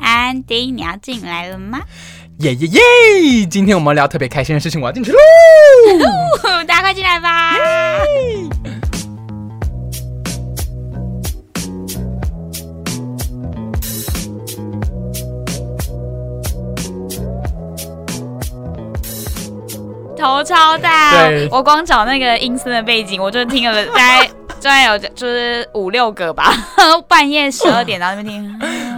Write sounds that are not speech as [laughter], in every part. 三 D，你要进来了吗？ [laughs] 耶耶耶！今天我们聊特别开心的事情，我要进去喽。大家快进来吧！头超大对，我光找那个阴森的背景，我就听了大概 [laughs] 大概有就是五六个吧， [laughs] 半夜十二点然后在那边听。啊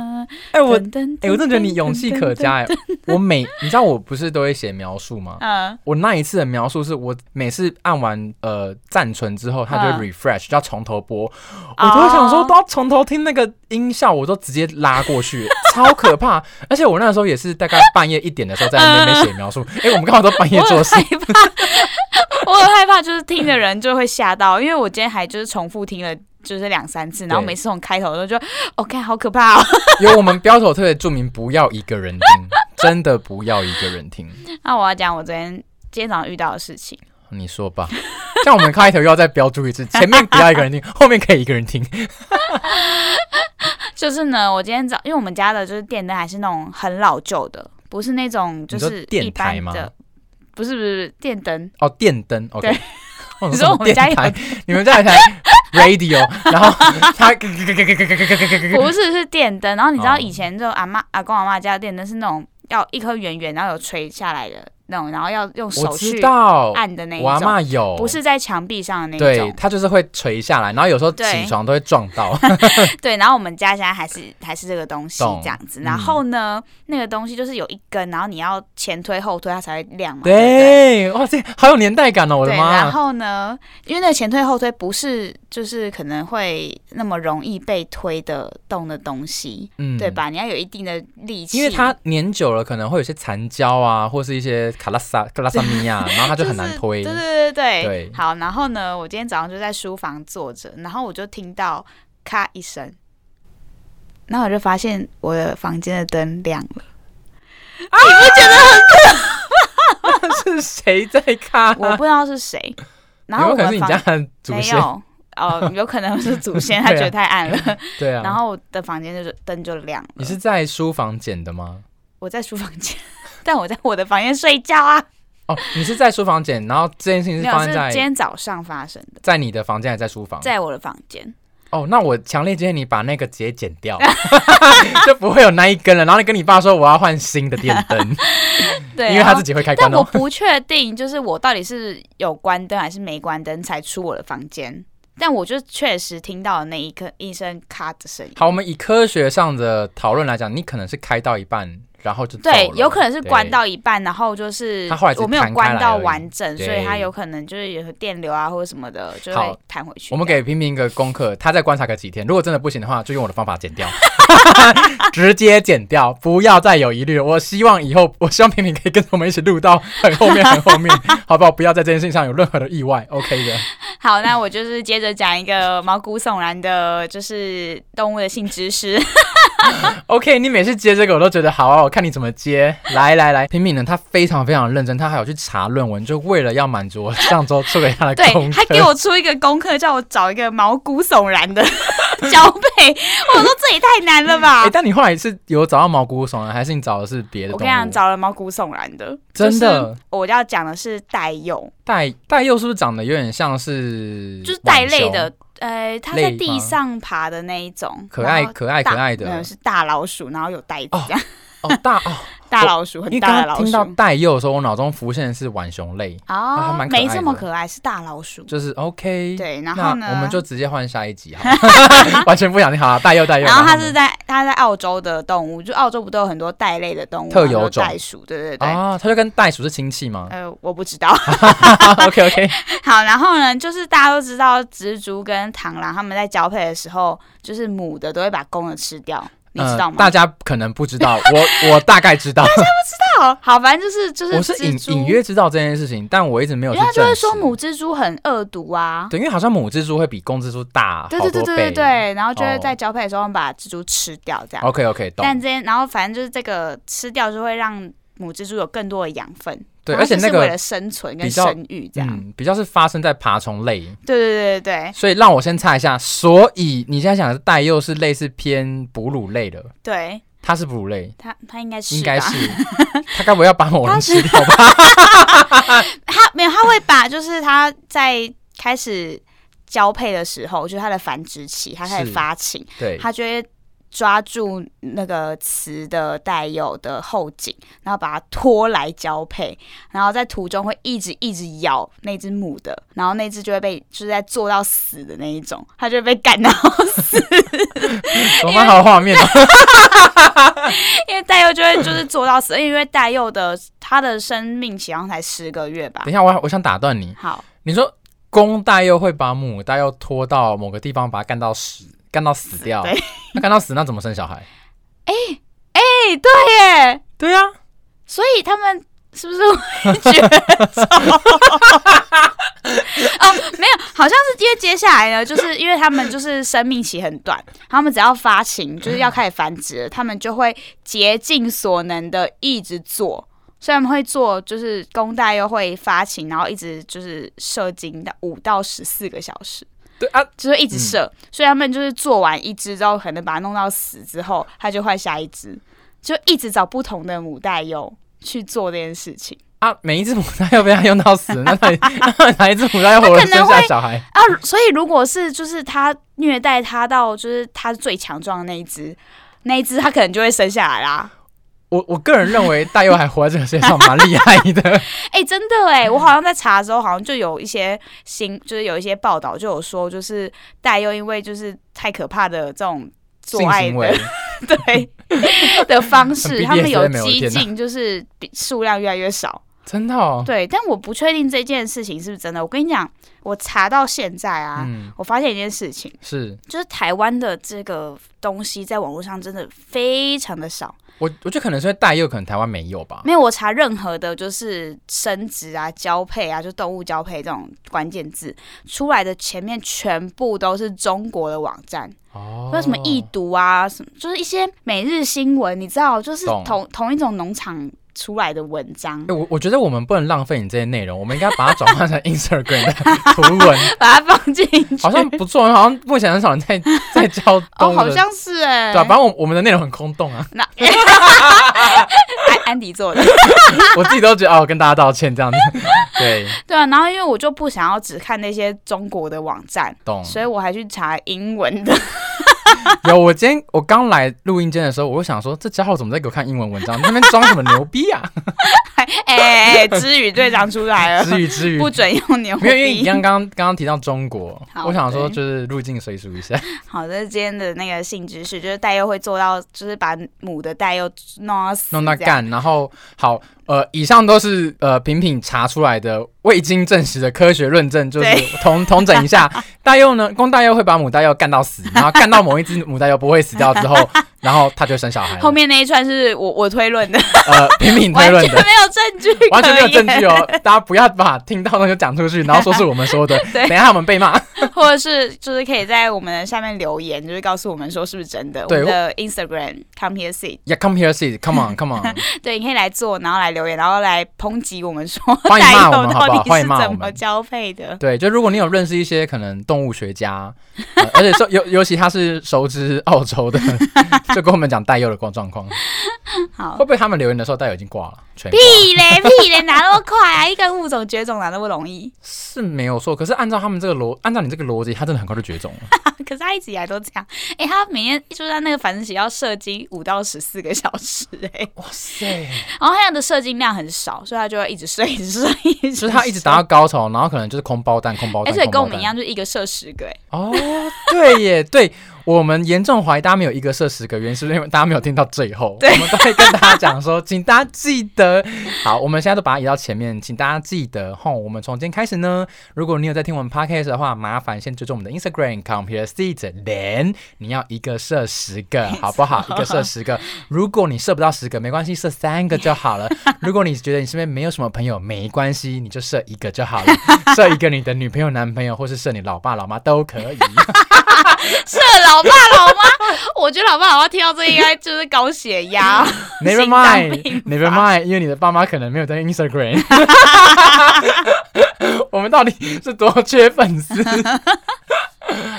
哎、 [laughs] 我噔噔哎、我真的觉得你勇气可嘉。 [laughs] 哎、我每你知道我不是都会写描述吗？嗯，我那一次的描述是我每次按完呃暂存之后，它就会 refresh，、就要从头播。我都会想说，都要从头听那个音效，我都直接拉过 [laughs] 去，超可怕。而且我那时候也是大概半夜一点的时候在那边写描 [laughs] 述。哎、我们刚好都半夜我做很事害。怕，我很害怕， [laughs] 就是听的人就会吓到，因为我今天还就是重复听了。就是两三次，然后对每次从开头的时候就，哦，看好可怕哦。 [laughs] 有我们标头特别注明，不要一个人听，真的不要一个人听。那我要讲我昨天今天早上遇到的事情。你说吧，像我们开头又要再标注一次，前面不要一个人听，后面可以一个人听。就是呢，我今天早，因为我们家的就是电灯还是那种很老旧的，不是那种就你说是电一般台吗的，不是不是电 [laughs] 灯，哦，电灯，OK 对。哦你说我们家有电台，你们家有台 radio，然 [laughs] 后它不是是电灯。然后你知道哦以前就阿妈阿公阿妈家的电灯是那种要一颗圆圆，然后有垂下来的那种，然后要用我手知去道，按的那一我阿种，嬷有，不是在墙壁上的那一对，种。它就是会垂下来，然后有时候对起床都会撞到。 [laughs] 对，然后我们家现在还是还是这个东西懂这样子。嗯然后呢，那个东西就是有一根，然后你要前推后推它才会亮嘛。对不对 [laughs] 对，哇塞，好有年代感哦，我的对，妈然！后呢，因为那个前推后推不是就是可能会那么容易被推的动的东西，嗯对？吧？你要有一定的力气，因为它粘久了，可能会有些残胶啊，或是一些卡拉萨卡拉萨米亚，然后它就很难推对。对对对对好，然后呢，我今天早上就在书房坐着，然后我就听到咔一声，然后我就发现我的房间的灯亮了。是谁在看？啊我不知道是 [laughs] 谁。然后有我可能们是你房家的祖没先，有哦，有可能是祖 [laughs] 先，他对啊觉得太暗了。对啊。然后我的房间就是灯就亮了。你是在书房剪的吗？我在书房间，但我在我的房间睡觉啊。哦，你是在书房剪，然后这件事情没是有，发是生今在哦天早上发生的，在你的房间还是在书房？在我的房间。哦，那我强烈建议你把那个结剪掉， [laughs] 就不会有那一根了。然后你跟你爸说我要换新的电灯， [laughs] 对，因为然他后自己会开但关我哦。 [laughs] 不确定，就是我到底是有关灯还是没关灯才出我的房间。但我就确实听到了那一刻一声咔的声音。好，我们以科学上的讨论来讲，你可能是开到一半，然后就走对了，有可能是关。对到一半，然后就是它后来只我没有弹开关来到而已完整，所以对它有可能就是有电流啊或者什么的就好会弹回去。我们给平平一个功课，他再观察个几天，如果真的不行的话，就用我的方法剪掉， [laughs] 直接剪掉，不要再有疑虑了。我希望以后，我希望平平可以跟我们一起录到很后面，很后面，好不好？不要在这件事情上有任何的意外，OK 的。好，那我就是接着讲一个毛骨悚然的，就是动物的性知识。 OK，你每次接这个我都觉得好啊，我看你怎么接。来来来，平平呢，他非常非常认真，他还有去查论文，就为了要满足我上周出给他的 [laughs] 对，功课他。给我出一个功课，叫我找一个毛骨悚然的 [laughs] 交配。我说这也太难了吧哎、！但你后来是有找到毛骨悚然，还是你找的是别的我动物？跟你讲，找了毛骨悚然的，哎真的。我要讲的是带幼，带带幼是不是长得有点像是就是带类浣的熊，，呃，它在类地吗上爬的那一种，可爱然后可爱大嗯可爱没有的是大老鼠，然后有袋子哦这样，哦大 [laughs] 哦，大老鼠很因为大的刚老刚鼠听到带幼的时候，我脑中浮现的是浣熊类，还哦蛮，可爱没这么的可爱，是大老鼠。就是 OK。对，然那后呢？我们就直接换下一集好了， [laughs] [laughs] 完全不想听。好了，带幼带幼。然后它是呢在它在澳洲的动物，就澳洲不都有很多带类的动物吗，特有比如种袋鼠，对对对。啊，它就跟袋鼠是亲戚 [laughs] [laughs] 吗呃，我不知道。 ？OK OK，好，然后呢，就是大家都知道蜘蛛跟螳螂它们在交配的时候，就是母的都会把公的吃掉， [laughs] 你知道吗？呃嗯大家可能不知道， [laughs] 我我大概知道，好好，反正就是就是我是隐蜘蛛，隐约知道这件事情，但我一直没有因去为他证实。就会说母蜘蛛很恶毒啊。对，因为好像母蜘蛛会比公蜘蛛大对好对对多对对倍。对，然后就会哦在交配的时候把蜘蛛吃掉这样。 OK OK，懂。但这些，然后反正就是这个吃掉就会让母蜘蛛有更多的养分，对，然后而且就是那为个了生存跟比较生育这样，嗯，比较是发生在爬虫类，对对对对所以让我先猜一下。所以你现在想的是带幼是类似偏哺乳类的，对他是哺乳类，他他应该是吧，应该是他该不会要把某 [laughs] 人吃掉吧？他没有，他会把就是他在开始交配的时候，就是他的繁殖期，他开始是发情，对，他就会抓住那个雌的带有的后颈，然后把它拖来交配，然后在途中会一直一直咬那只母的，然后那只就会被就是在做到死的那一种，它就会被干到 [laughs] 死，我们好有 [laughs] 画面哦。因为带幼就会就是做到死，因为带幼的它的生命期好像才十个月吧等一。下，我我想打断你，好，你说公大又会把母大又拖到某个地方，把它干到死，干到死掉对。那干到死，那怎么生小孩？哎、对啊耶，对呀、所以他们是不是会绝种？哦，没有，好像是因为接下来呢，就是因为他们就是生命期很短，他们只要发情，就是要开始繁殖了，他们就会竭尽所能的一直做。所以他们会做，就是公大又会发情，然后一直就是射精的五到十四个小时，对啊，就是一直射。所以他们就是做完一只之后，可能把它弄到死之后，他就换下一只，就一直找不同的母带幼去做这件事情。啊，每一只母胎要被它用到死， [laughs] 那到底那哪一只母胎要活着生下小孩？啊，所以如果是就是他虐待他到就是他最强壮的那一只，那一只他可能就会生下来啦。我我个人认为大佑还活在这个世界上蛮厉害的。哎、真的哎，我好像在查的时候，好像就有一些新，就是有一些报道就有说，就是戴佑因为就是太可怕的这种做性爱行为的 [laughs] 对的方式，很他们有 BDSM 哦激天哪进，就是比数量越来越少。 [laughs] 真的哦，对，但我不确定这件事情是不是真的。我跟你讲，我查到现在啊，嗯，我发现一件事情。是就是台湾的这个东西在网络上真的非常的少，我我觉得可能是因为大佑，可能台湾没有吧。没有我查任何的，就是生殖啊、交配啊，就动物交配这种关键字出来的，前面全部都是中国的网站，哦，说、什么易读啊，什么就是一些每日新闻，你知道，就是懂同同一种农场出来的文章欸、，我我觉得我们不能浪费你这些内容，我们应该把它转换成 Instagram 的图 [laughs] 文，把它放进去，好像不错，好像目前很少人在在教哦，动物好的，像是哎、对啊，反正我我们的内容很空洞啊， [laughs] 那 [laughs] 安安迪做的。我自己都觉得哦，跟大家道歉 [laughs] 这样子，对，对啊，然后因为我就不想要只看那些中国的网站，懂。所以我还去查英 [laughs] 文的。有我今天我刚来录音间的时候，我就想说这家伙怎么在给我看英文文章，那边装什么牛逼 [laughs] 啊？哎哎哎，知语队长出来 [laughs] 了，至于至于，不准用 [laughs] 牛没有，因为你逼。刚刚刚刚提到中国，好我想说对就是入境随俗一下，好，这是今天的那个性知识，就是带幼会做到，就是把母的带幼弄到死弄到这样。干，然后好，呃，以上都是呃品品查出来的未经证实的科学论证，就是对同同整一 [laughs] 下，大佑呢，公大佑会把母大佑干到死，然后干到某一只母大佑不会死 [laughs] 掉之后，然后他就生小孩了。后面那一串是我我推论的，呃品 [laughs] 品推完论全的。没有证据可言， [laughs] [laughs] 完全没有证据哦，大家不要把听到那就讲出去，然后说是我们说的， [laughs] 对等一下我们被骂。或者是就是可以在我们的下面留言，就是告诉我们说是不是真的。我对们的 Instagram come here see， Yeah, come here, see, come on, come on，对，你可以来做，然后来留言，然后来抨击我们说， [laughs] 欢迎骂我们带好不好幼到底欢是迎骂我怎们么交配的？ [laughs] 对，就如果你有认识一些可能动物学家，呃而且说尤尤其他是熟知澳洲的， [laughs] 就跟我们讲带幼的状状况，好会，不会他们留言的时候带幼已经挂了？全挂屁嘞屁嘞，哪那么快啊？一个物种绝种哪那么容易？ [laughs] 是没有错，可是按照他们这个逻，按照你这个逻辑，他真的很快就绝种了。可是他一直以来都这样。哎、他每天就在那个繁殖期要射精五到十四个小时、 [laughs] 哎，哇塞！然后他的射精量很少，所以他就会一直射，一直射，一直射。就是他一直达到高潮，然后可能就是空包蛋，空包哎，蛋，所以空跟包我们蛋一样，。就是一个射十个、哎，哦，对耶， [laughs] 对我们严重怀疑大家没有一个射十个，原因是因为大家没有听到最后。对我们都会跟大家讲说，请大家记得。 [laughs] 好，我们现在都把它移到前面，请大家记得吼。我们从今天开始呢，如果你有在听我们 podcast 的话，麻烦先追踪我们的 Instagram compare seat then，你要一个射十个，好不好？一个射十个。如果你射不到十个，没关系，射三个就好了。如果你觉得你身边没有什么朋友，没关系，你就射一个就好了。 [laughs] 射一个你的女朋友、男朋友，或是射你老爸、老妈都可 [laughs] 以。射老爸老妈， [laughs] 我觉得老爸老妈听到这应该就是高血压。 Never 心脏病 mind，Never mind，因为你的爸妈可能没有 [laughs] 在 Instagram。我们到底是多缺粉丝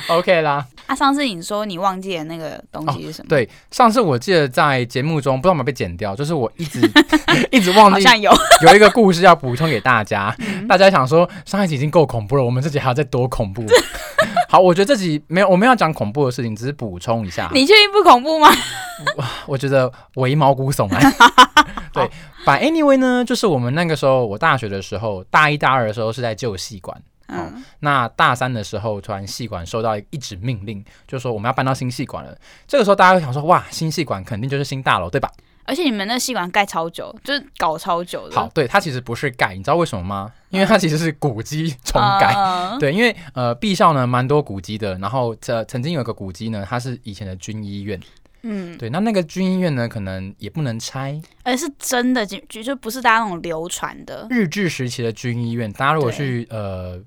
？OK 啦， [laughs] 啊，上次你说你忘记了那个东西是什么？哦对，上次我记得在节目中，不知道有没有被剪掉，就是我一直 [laughs] 一直忘好记像 [laughs] 嗯有，有一个故事要补充给大家。大家想说上一集已经够恐怖了，我们这集还要再多恐 [laughs] 怖？好，我觉得这集没有，我们要讲恐怖的事情，只是补充一下。你确定不恐怖吗？我觉得我一毛骨悚然。对，But anyway 呢，就是我们那个时候，我大学的时候，大一大二的时候是在旧戏馆。哦嗯，那大三的时候，突然戏馆收到一纸命令，就说我们要搬到新戏馆了。这个时候大家会想说，哇，新戏馆肯定就是新大楼，对吧？而且你们那戏馆盖超久，就是搞超久的。好，对，它其实不是盖，你知道为什么吗？因为它其实是古迹重改。 [laughs] 嗯，对，因为呃，毕校呢蛮多古迹的，然后这、曾经有一个古迹呢，它是以前的军医院。嗯，对，那那个军医院呢，可能也不能拆。而是真的进去，就不是大家那种流传的。日治时期的军医院，大家如果去呃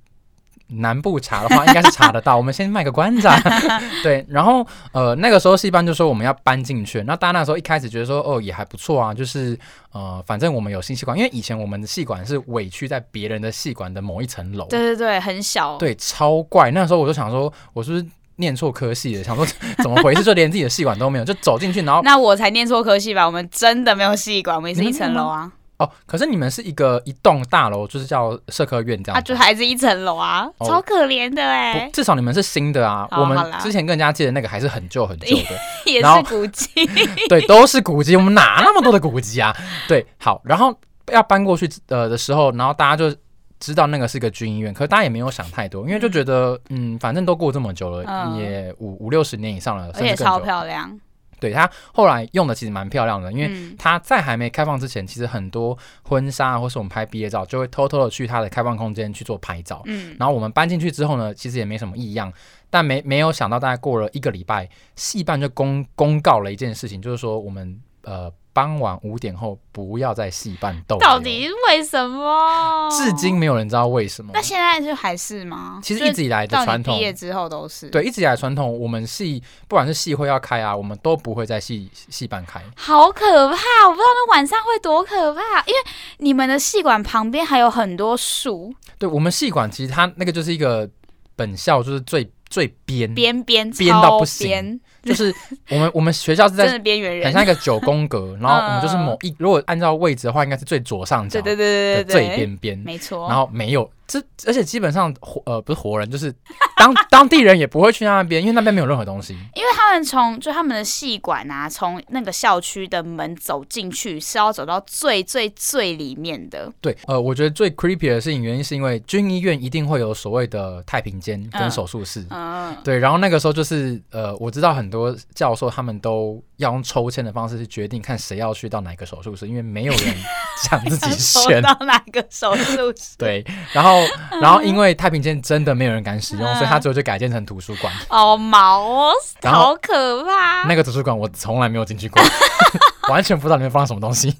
南部查的话，应该是查 [laughs] 得到。我们先卖个关子啊。 [laughs] 对，然后呃那个时候戏班就说我们要搬进去，那大家那时候一开始觉得说哦也还不错啊，就是呃反正我们有新戏馆，因为以前我们的戏馆是委屈在别人的戏馆的某一层楼。对对对，很小。对，超怪。那时候我就想说，我是不是念错科系了？想说怎么回事，就连自己的系馆都没有，就走进去，然后那我才念错科系吧？我们真的没有戏馆，我们也是一层楼啊，哦，可是你们是一个一栋大楼，就是叫社科院这样啊，子就还是一层楼啊，嗯哦超可怜的哎、不至少你们是新的啊，哦好我们啦之前跟人家借的那个还是 [laughs] 很旧很旧的，也然后是古迹。 [laughs] 对，都是古迹，我们哪那么多的古迹啊？ [laughs] 对，好，然后要搬过去呃的时候，然后大家就知道那个是个军医院，可是大家也没有想太多，因为就觉得嗯，反正都过这么久了，嗯也五五六十年以上了，而甚且至超更久。漂亮，对，它后来用的其实蛮漂亮的，因为嗯，它在还没开放之前，其实很多婚纱啊，或是我们拍毕业照，就会偷偷的去它的开放空间去做拍照。嗯，然后我们搬进去之后呢，其实也没什么异样，但没没有想到，大概过了一个礼拜，戏办就公公告了一件事情，就是说我们呃傍晚五点后不要在戏办逗留。到底是为什么？至今没有人知道为什么那。现在就还是吗？其实一直以来就的到传你统毕，业之后都是，对，一直以来的传统，我们戏不管是戏会要开啊，我们都不会在戏戏办开。好可怕！我不知道那晚上会多可怕，因为你们的戏馆旁边还有很多树，对我们戏馆其实它那个就是一个本校，就是最最边，边边边到不超边就是我们我们学校是真在的边缘很人。像一个九宫格，然后我们就是嗯某一，如果按照位置的话，应该是最左上角对对对对的对最对，边边，没错。然后没有这，而且基本上活呃不是活人，就是当当地人也不会去那边，因为那边没有任何东西。因为他们从就他们的戏馆啊，从那个校区的门走进去是要走到最最最里面的，对，呃，我觉得最 creepy 的事情原因是因为军医院一定会有所谓的太平间跟嗯手术室。嗯，对，然后那个时候就是，呃，我知道很多教授他们都要用抽签的方式去决定看谁要去到哪个手术室，因为没有人 [laughs] 想自己走 [laughs] 选。到哪个手术室？对，然后然后因为太平间真的没有人敢使用，嗯所以他最后就改建成图书馆。哦，毛哦，然后好可怕！那个图书馆我从来没有 [laughs] 进去过， [laughs] 完全不知道里面放什么东西。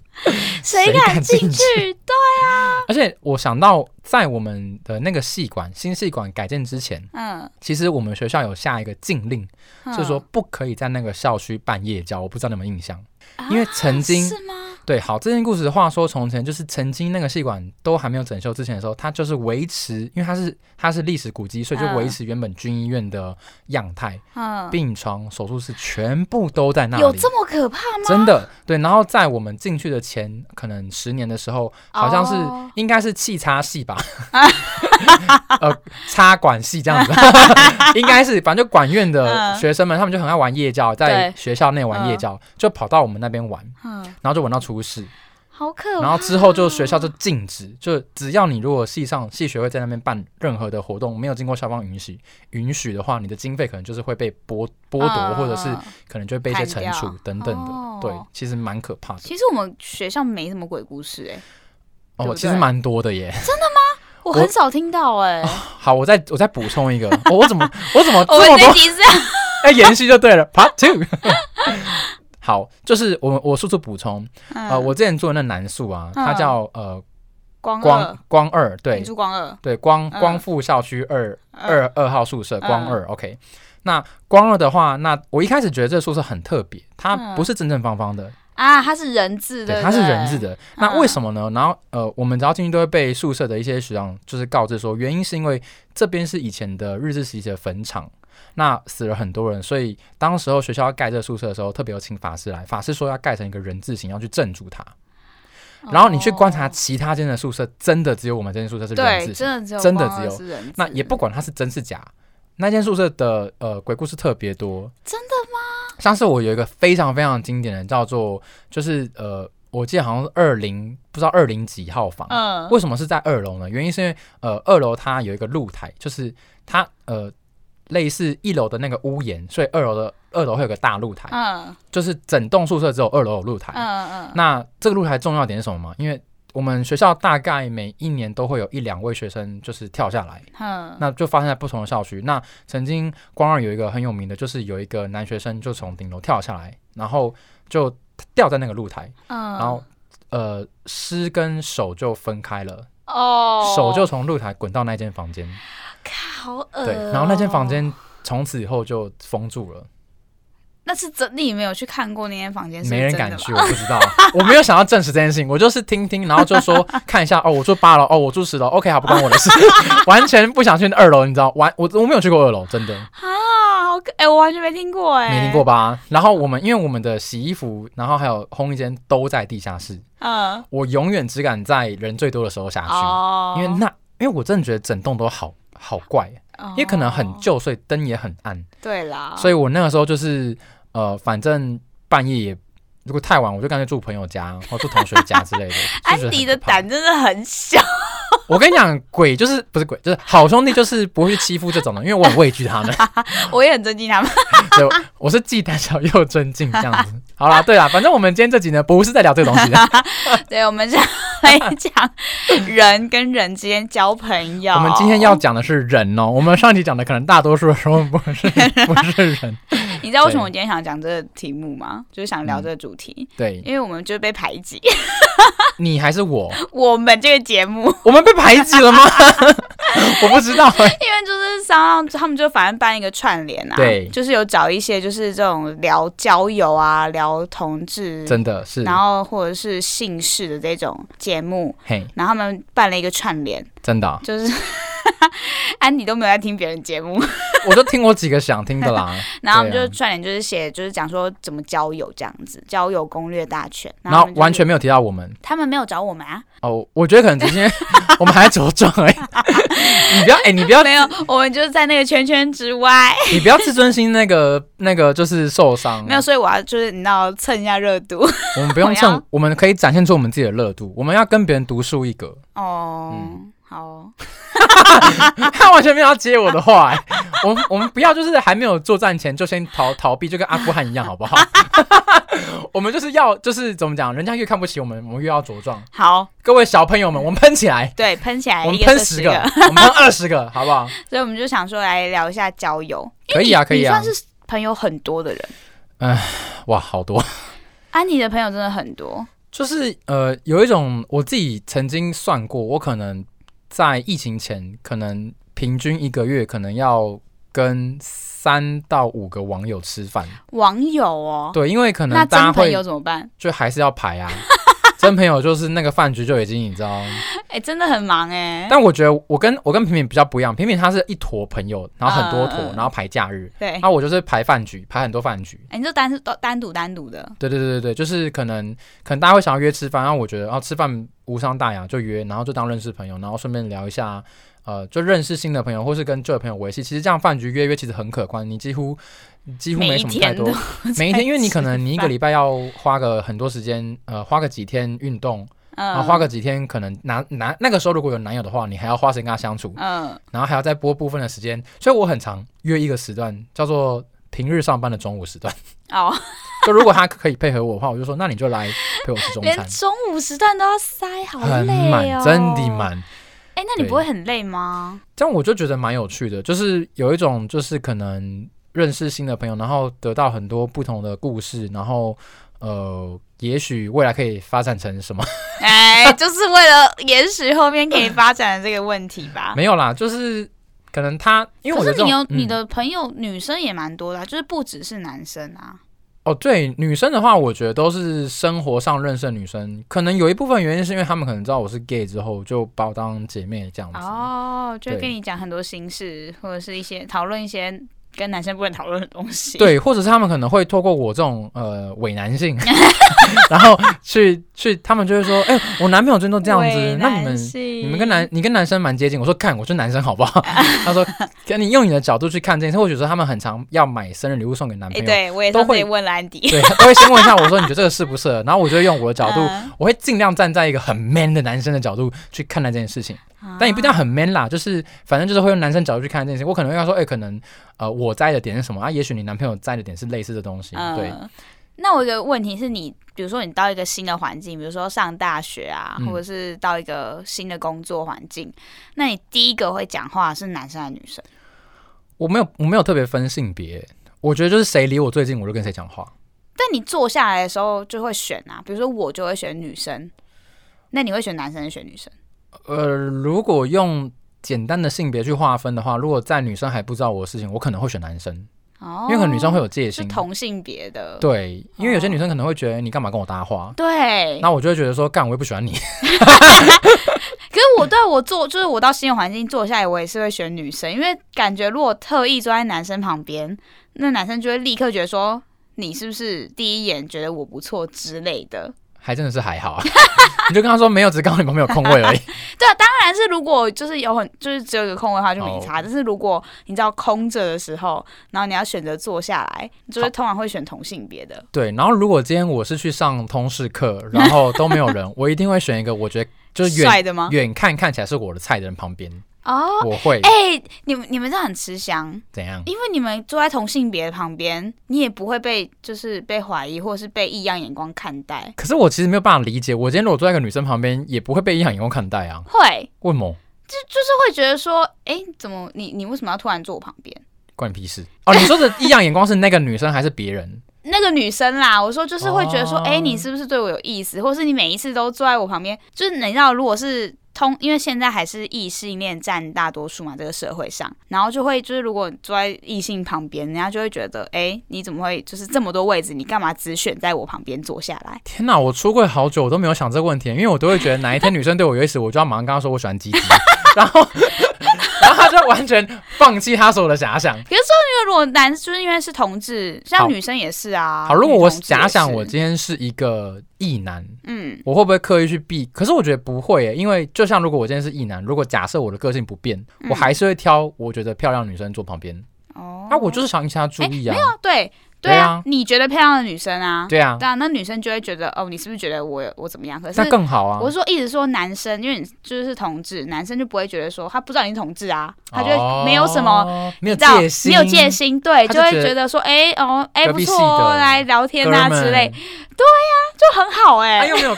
谁谁敢敢进进去去？对，而且我想到，在我们的那个系馆新系馆改建之前，嗯，其实我们学校有下一个禁令，是说不可以在那个校区办夜教。我不知道你们有没有印象，嗯，因为曾经、啊是吗？对，好，这件故事的话说从前，就是曾经那个戏馆都还没有整修之前的时候，它就是维持，因为它是它是历史古迹，所以就维嗯持原本军医院的样态，嗯，病床、手术室全部都在那里。有这么可怕吗？真的对，然后在我们进去的前可能十年的时候，好像是、哦啊应该是气插系吧， [laughs] 呃，插管系这 [laughs] 样子，应该是反正就管院的嗯学生们，他们就很爱玩夜教，在对学校内玩夜嗯教，就跑到我们那边玩，嗯，然后就玩到出事。好可怕。然后之后就学校就禁止，就只要你如果系上系学会在那边办任何的活动，没有经过校方允许，允许的话，你的经费可能就是会被剥剥夺，嗯或者是可能就会被一些惩处砍掉等等的。哦对，其实蛮可怕的其实我们学校没什么鬼故事，哎，对哦，不其实对蛮多的耶。 [laughs] 我我很少听到，哎，好，我再我再补充一个， [laughs] 哦我怎么我怎么 [laughs] 我这们么这多集是 [laughs] 哎延续就 [laughs] 对了，Part Two。好，就是我我速速补充，呃，嗯我之前做的那南宿啊，它嗯叫呃光光二，光二，对你，住光二，对，光嗯光复校区二二二二号宿舍，光嗯二、OK。那光二的话，那我一开始觉得这个宿舍很特别，它嗯不是正正方方的，啊，它是人字的，对，它是人字的。那嗯为什么呢？然后呃，我们只要进去都会被宿舍的一些学长就是告知说，原因是因为这边是以前的日治时期的坟场，那死了很多人，所以当时候学校要盖这个宿舍的时候，特别有请法师来，法师说要盖成一个人字形，要去镇住它。哦，然后你去观察其他间的宿舍，真的只有我们这间宿舍是人对，字形，真的只有真的光只二有是人字，那也不管它是真是假，那间宿舍的呃鬼故事特别多。真的吗？像是我有一个非常非常经典的，叫做就是呃，我记得好像是二零不知道二零几号房。嗯，为什么是在二楼呢？原因是因为呃，二楼它有一个露台，就是它呃类似一楼的那个屋檐，所以二楼的二楼会有个大露台，嗯就是整栋宿舍只有二楼有露台。嗯嗯，那这个露台重要点是什么吗？因为我们学校大概每一年都会有一两位学生就是跳下来，嗯那就发生在不同的校区。那曾经光二有一个很有名的，就是有一个男学生就从顶楼跳下来，然后就掉在那个露台，嗯，然后呃尸跟手就分开了，哦，手就从露台滚到那间房间，好恶、对，然后那间房，哦间从此以后就封住了，那是真你没有去看过那间房间，是不没是人真的吧敢去，我不知道，我没有想要证实这件事情，我就是听听，然后就 [laughs] 说看一下，哦，我住八楼，哦，我住十楼，OK，好，不关我的事， [laughs] 完全不想去二楼，你知道，完我我没有去过二楼，真的。啊！好可，哎、我完全没听过、哎，没听过，吧？然后我们因为我们的洗衣服，然后还有烘衣间都在地下室，嗯，我永远只敢在人最多的时候下去，哦，啊因为那因为我真的觉得整栋都好好怪，哦因为可能很旧，所以灯也很暗，对啦，所以以我那个时候就是呃，反正半夜也。如果太晚，我就干脆住朋友家或住同学家 [laughs] 之类的。安就觉得很迪的可怕，胆真的很小， [laughs] 我跟你讲，鬼就是不是鬼，就是好兄弟，就是不会去欺负这种的，因为我很畏惧他们。我也很尊敬他 [laughs] 们。对，我是既胆小又尊敬这 [laughs] 样子。好啦，对啦，反正我们今天这集呢，不是在聊这个东西 [laughs] 的，对，我们是要来讲人跟人之间交朋友。 [laughs] 我们今天要，讲的是人哦。我们上集讲的可能大多数的时候不 [laughs] 是不是人，你知道为什么我今天想讲这个题目吗？就是想聊嗯这个主题，对因为我们就是被排挤， [laughs] 你还是我，我们这个节目。我们被排挤 [laughs] 了吗？我不知 [laughs] 道哎、因为就是商他们就反正办一个串联啊，对就是有找一些就是这种聊交友啊、聊同志，真的是，然后或者是姓氏的这种节目，嘿，然后他们办了一个串联，真的啊、就是 [laughs] 安妮都没有在听别人节目， [laughs] 我就听我几个想听的啦。然后我们对啊就串联就是写就是讲说怎么交友这样子，交友攻略大全， [laughs] 然后他们就是完全没有提到我们他们没有找我们啊， [laughs] 哦，我觉得可能只是因为 [laughs] 我们还在茁壮而已。你不要哎、你不要没有，我们就是在那个圈圈之外，你不要自尊心那个那个就是受伤，啊没有，所以我要就是你知道蹭一下热度我们不用我蹭要，我们可以展现出我们自己的热度。我们要跟别人独树一 [laughs] 格。哦，嗯好哦他完全没有要接我的话、欸，我们我们不要就是还没有作战前就先逃逃避，就跟阿富汗一样，[laughs] 好不好？我们就是要就是怎么讲，人家越看不起我们，我们越要茁壮。好。各位小朋友们，我们喷起来，对，喷起来我们一个喷是十个 [laughs] 个，，我们喷二十个，好不好？所以我们就想说来聊一下交友。可以啊，你可以啊你。算是朋友很多的人，哇，好多，安妮的朋友真的很多，就是呃，有一种我自己曾经算过，我可能在疫情前，可能平均一个月可能要跟三到五个网友吃饭。网友哦。对，因为可那能大真家朋会友怎么办？ [laughs] 就还是要排啊。 [laughs] 真朋友就是那个饭局就已经你知道，哎、真的很忙哎、但我觉得我跟我跟平平比较不一样，平平他是一坨朋友，然后很多坨嗯嗯，嗯然后排假日，对，哎、然后我就是排饭局，排很多饭局。你就单是单独单独的，对对对对对，就是可能可能大家会想要约吃饭，然后我觉得哦吃饭无伤大雅就约，然后就当认识朋友，然后顺便聊一下，呃，就认识新的朋友或是跟旧的朋友维系。其实这样饭局约约其实很可观，你几乎几乎没每一什么太天多都， [laughs] 每一天，因为你可在能吃你一个饭礼拜要花个很多时间，呃，花个几天运动，嗯、啊然后花个几天，可能男男那个时候如果有男友的话，你还要花时间跟他相处，嗯然后还要再拨部分的时间，所以我很常约一个时段叫做平日上班的中午时段。哦， [laughs] 就如果他可以配合我的话，我就说那你就来陪我吃中餐连，中午时段都要塞，好很累满哦，，真的。满。哎、那你对不会很累吗？这样我就觉得蛮有趣的，就是有一种就是可能认识新的朋友，然后得到很多不同的故事，然后呃，也许未来可以发展成 [laughs] 什么。哎、就是为了延续后面可以发展的这个问题吧。没有啦，就是可能他，因为我可的是这你种有、你嗯的朋友女生也蛮多的啊、就是不只是男生啊。哦，对，女生的话，我觉得都是生活上认识的女生，可能有一部分原因是因为他们可能知道我是 gay 之后，就把我当姐妹这样子。哦，就会跟你讲很多心事，或者是一些讨论一些跟男生不能讨论的东西。，对，或者是他们可能会透过我这种呃伪男性， [laughs] 然后去去，他们就会说，哎、我男朋友最近都这样子，那你们你你们跟男你跟男生蛮接近。我说看，我是男生好不好？ [laughs] 他说，跟你用你的角度去看这件事，或许说他们很常要买生日礼物送给男哎、朋友，对我也都上次会也问了安迪，对，都会先问一下我说你觉得这个适不适合，然后我就会用我的角度，嗯我会尽量站在一个很 man 的男生的角度去看待这件事情，嗯但也不一定要很 man 啦，就是反正就是会用男生角度去看待这件事情。我可能会跟他说，哎、可能呃我在意的点是什么啊？也许你男朋友在意的点是类似的东西，对。嗯，那我有个问题是你，比如说你到一个新的环境，比如说上大学啊，嗯或者是到一个新的工作环境，那你第一个会讲话是男生还是女生？我没有我没有特别分性别，我觉得就是谁离我最近，我就跟谁讲话。但你坐下来的时候就会选啊，比如说我就会选女生，那你会选男生还是选女生？呃，如果用简单的性别去划分的话，如果在女生还不知道我的事情，我可能会选男生，哦因为可能女生会有戒是心。同性别的，对，啊因为有些哦女生可能会觉得你干嘛跟我搭话，对那我就会觉得说干我又不喜欢你。 [laughs] 可是我对我坐，就是我到新的环境坐下来，我也是会选女生，因为感觉如果特意坐在男生旁边，那男生就会立刻觉得说你是不是第一眼觉得我不错之类的。还真的是还好啊， [laughs] 你就跟他说没有，只告诉你旁边有空位而已。对啊，当然是如果就是有很就是只有一个空位的话就没差，哦但是如果你知道空着的时候，然后你要选择坐下来，就是通常会选同性别的。对，然后如果今天我是去上通识课，然后都没有 [laughs] 人，我一定会选一个我觉得就是帅远的吗？远看看起来是我的菜的人旁边，哦，我会哎、你们你们这很吃香，怎样？因为你们坐在同性别的旁边，你也不会被就是被怀疑，或是被异样眼光看待。可是我其实没有办法理解，我今天如果坐在一个女生旁边，也不会被异样眼光看待啊？会，为什么？就是会觉得说，哎、怎么你你为什么要突然坐我旁边？关你屁事哦！你说的异样眼光是那个女生还是别人？那个女生啦，我说就是会觉得说，哦哎、你是不是对我有意思？或是你每一次都坐在我旁边，就是你知道，如果是通，因为现在还是异性恋占大多数嘛，这个社会上，然后就会就是如果坐在异性旁边，人家就会觉得，哎、你怎么会就是这么多位置，你干嘛只选在我旁边坐下来？天哪！我出柜好久，我都没有想这个问题，因为我都会觉得哪一天女生对我有意思，我就要马上跟她说我喜欢鸡 [laughs] 鸡，然后然后她就完全放弃她所有的遐想。因为如果男就是因为是同志，像好女生也是啊。好，如果我女同志也假想我是今天是一个异男，嗯我会不会刻意去避？可是我觉得不会耶，因为就像如果我今天是异男，如果假设我的个性不变，我还是会挑我觉得漂亮的女生坐旁边。嗯哦，哎那、我就是想引起她注意啊，对对对啊啊，你觉得漂亮的女生啊，对啊，对啊，那女生就会觉得哦，你是不是觉得我我怎么样？可是那更好啊。我是说一直说男生，因为你就是同志，男生就不会觉得说他不知道你是同志啊，他就会没有什么。哦你没哦有知道戒心，没有戒心，对，就他就会觉得觉得说，哎、哦，哎、隔不壁系错哦，的来聊天哥啊们之类，就很好哎、哎又 [laughs] 没有。我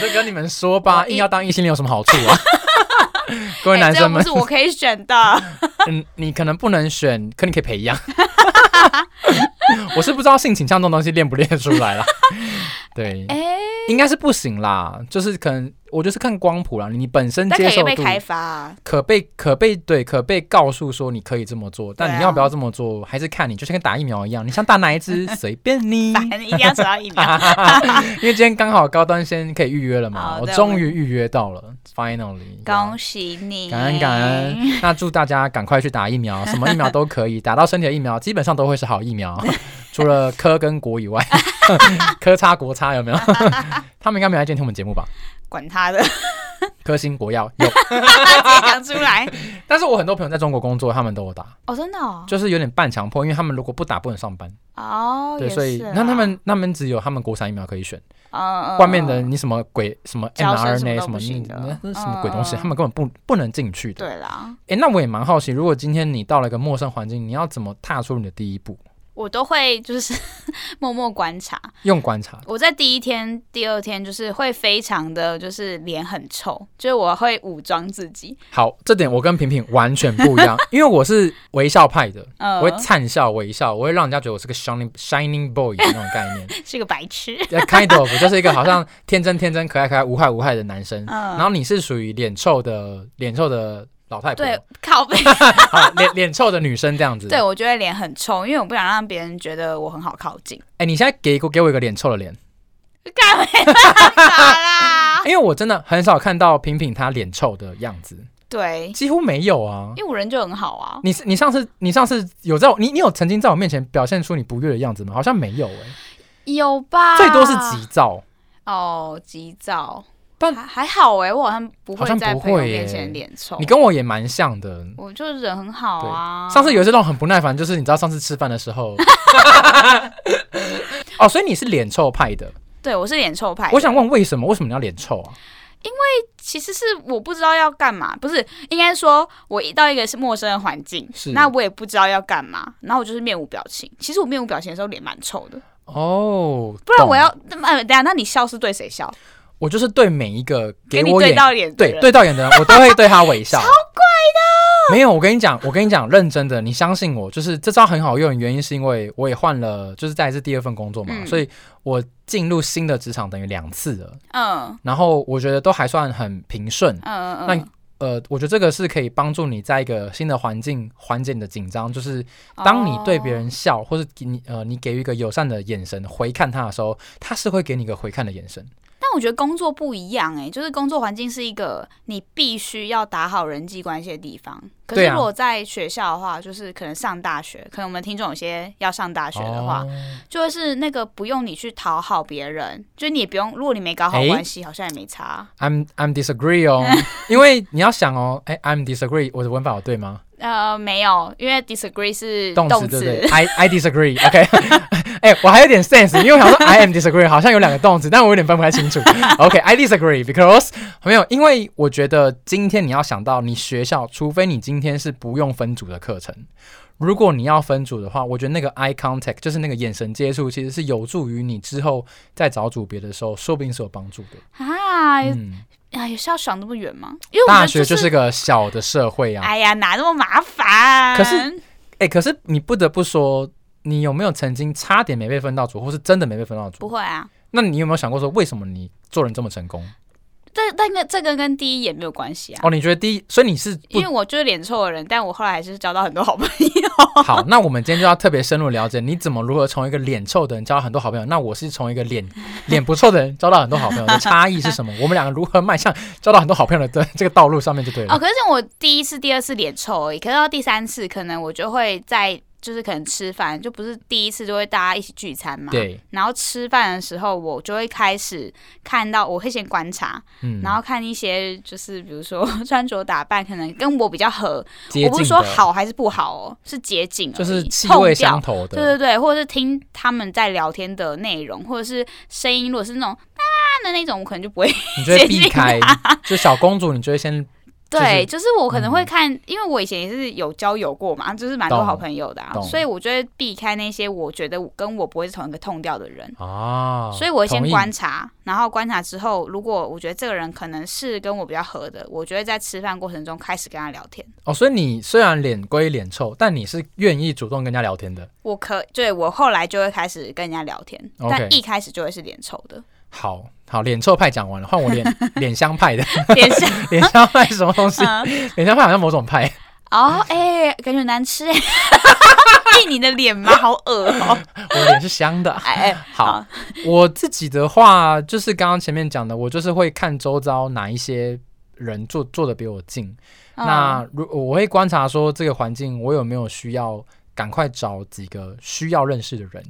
就跟你们说吧，我哦一硬要当异性恋有什么好处 [laughs] 啊？各位哎男这个生不们是，我可以选的。 [laughs] [laughs] 嗯，你可能不能选，可你可以培养。 [laughs] 我是不知道性倾向这种东西练不练出来 [laughs] 啦。对，哎、应该是不行啦，就是可能我就是看光谱啦，你本身但可接以受被度开发、啊。可被可被对可被告诉说你可以这么做，对啊但你要不要这么做，还是看你，就像跟打疫苗一样，你想打哪一支随便 [laughs] 你。反正一定要扯到疫苗。 [laughs] 因为今天刚好高端先可以预约了嘛，好我对终于预约到了，finally。恭喜你，感恩感恩。，那祝大家赶快去打疫苗，什么疫苗都可以，打到身体的疫苗基本上都会是好疫苗，除了科跟国以外，科差国差有没有？他们应该没来监听我们节目吧？管他的，直 [laughs] 科兴国药有，接讲出 [laughs] 来。但是我很多朋友在中国工作，他们都有打，哦，真的哦，就是有点半强迫，因为他们如果不打不能上班，哦，对，也所以是那啦他们他们只有他们国产疫苗可以选，嗯，外面的嗯嗯你什么鬼什么胶水 mRNA 什么都什么不行的那那什么嗯鬼东西，嗯他们根本不不能进去的。对啦，哎、那我也蛮好奇，如果今天你到了一个陌生环境，你要怎么踏出你的第一步？我都会就是 [laughs] 默默观察。用观察，我在第一天、第二天就是会非常的就是脸很臭，就是我会武装自己，好，这点我跟平平完全不 [laughs] 一样，因为我是微笑派的，呃我，会灿笑微笑，我会让人家觉得我是个 shining shining boy 那种概念 [laughs] 是个白痴。 Yeah,，kind of 就是一个好像天真天真可爱可爱无害无害的男生。嗯然后你是属于脸臭的脸臭的老太婆，对，靠背， [laughs] 啊脸脸臭的女生这样子。对我觉得脸很臭，因为我不想让别人觉得我很好靠近，哎、你现在给一个给我一个脸臭的脸，干没办法啦。因为我真的很少看到品品她脸臭的样子，对，几乎没有啊。因为我人就很好啊，你是你上次你上次有在我你你有曾经在我面前表现出你不悦的样子吗？好像没有哎、有吧？最多是急躁。哦，急躁，但还还好哎、我好像不好会像在不朋友会面耶前脸臭，你跟我也蛮像的。我就人很好啊。上次有一次让我很不耐烦，就是你知道上次吃饭的 [laughs] 时候，哦，所以你是脸臭派的。对我是脸臭派，我想问为什么？为什么你要脸臭啊？其实是我不知道要干嘛，不是应该说，我一到一个是陌生的环境，是那我也不知道要干嘛，然后我就是面无表情。其实我面无表情的时候脸蛮臭的，哦，不然懂我要呃，等一下，那你笑是对谁笑？我就是对每一个给你我对眼到脸的对人，对到眼的人，我都会对他 [laughs] 微笑。超怪的。没有，我跟你讲，我跟你讲，认真的，你相信我，就是这招很好用。原因是因为我也换了，就是再一次第二份工作嘛，嗯所以我进入新的职场等于两次了。嗯然后我觉得都还算很平顺。嗯嗯那嗯，呃，我觉得这个是可以帮助你在一个新的环境缓解你的紧张，就是当你对别哦，人笑，或是给你呃你给予一个友善的眼神回看他的时候，他是会给你一个回看的眼神。但我觉得工作不一样哎、就是工作环境是一个你必须要打好人际关系的地方。可是对啊如果在学校的话，就是可能上大学，可能我们听众有些要上大学的话，哦就会是那个不用你去讨好别人，就是你也不用，如果你没搞好诶关系，好像也没差。 I'm I'm [laughs] disagree 哦，因为你要想哦，哎、i m disagree，我的文法有对吗？呃，没有，因为 disagree 是动词动词，对不对？I I disagree，OK、哎、 [laughs] 我还有点 sense，因为我想说 I am disagree 好像有两个动词，但我有点分不太 [laughs] 清楚。OK，I、disagree because 没有，因为我觉得今天你要想到你学校，除非你今天是不用分组的课程。如果你要分组的话，我觉得那个 eye contact 就是那个眼神接触，其实是有助于你之后在找组别的时候，说不定是有帮助的。啊，嗯，啊，也是要想那么远吗？因为我觉大得，学就是是个小的社会啊，哎呀，哪那么麻烦？可是哎、可是你不得不说，你有没有曾经差点没被分到组，或是真的没被分到不组？会啊，那你有没有想过说，为什么你做人这么成功？这但跟这个跟第一眼没有关系啊。哦，你觉得第一，所以你是因为不我就是脸臭的人，但我后来还是交到很多好朋友。好？那我们今天就要特别深入了解，你怎么如何从一个脸臭的人交到很多好朋友？那我是从一个脸 [laughs] 脸不臭的人交到很多好朋友的差异是 [laughs] 什么？我们两个如何迈向交到很多好朋友的这个道路上面就对 [laughs] 了。哦，可是我第一次、第二次脸臭而已，可是到第三次，可能我就会在就是可能吃饭，就不是第一次就会大家一起聚餐嘛。。对，然后吃饭的时候，我就会开始看到，我会先观察，嗯，然后看一些就是比如说 [laughs] 穿着打扮可能跟我比较合，接我近不是说的，好还是不好哦，是接近而已，就是气碰味掉相投对对的。对，或者是听他们在聊天的内容，或者是声音，如果是那种啊的那种，我可能就不 [laughs] 会。你就会接避近开， [laughs] 就小公主，你就会先就是嗯对，就是我可能会看，因为我以前也是有交友过嘛，就是蛮多懂好朋友的、啊，懂所以我就会避开那些我觉得我跟我不会是同一个痛调的人。啊，所以我会先同意观察，然后观察之后，如果我觉得这个人可能是跟我比较合的，我就会在吃饭过程中开始跟他聊天。哦，所以你虽然脸归脸臭，但你是愿意主动跟人家聊天的。我可对我后来就会开始跟人家聊天 OK 但一开始就会是脸臭的， [laughs] 好好，脸臭派讲完了，换我脸脸香派的。脸像 [laughs] 脸香派是什么东西？嗯脸香派好像某种派。哦，哎、感觉很难 [laughs] 吃哎、欸，你的脸吗？好恶哦、我的脸是香的。哎、哎，好，我自己的话就是刚刚前面讲的，我就是会看周遭哪一些人坐坐的比我近。嗯那如我会观察说这个环境，我有没有需要赶快找几个需要认识的人。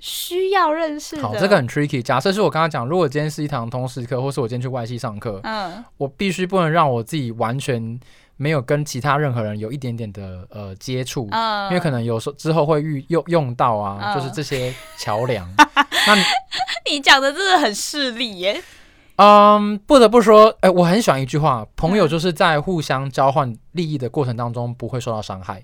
需要认识的，好，这个很 tricky。假设是我刚刚讲，如果今天是一堂通识课，或是我今天去外系上课，嗯我必须不能让我自己完全没有跟其他任何人有一点点的呃接触，嗯，因为可能有时候之后会遇用用到啊，嗯就是这些 [laughs] 桥梁。那你你讲的真的很势利耶、嗯，不得不说，哎、我很喜欢一句嗯话，朋友就是在互相交换利益的过程当中不会受到伤害。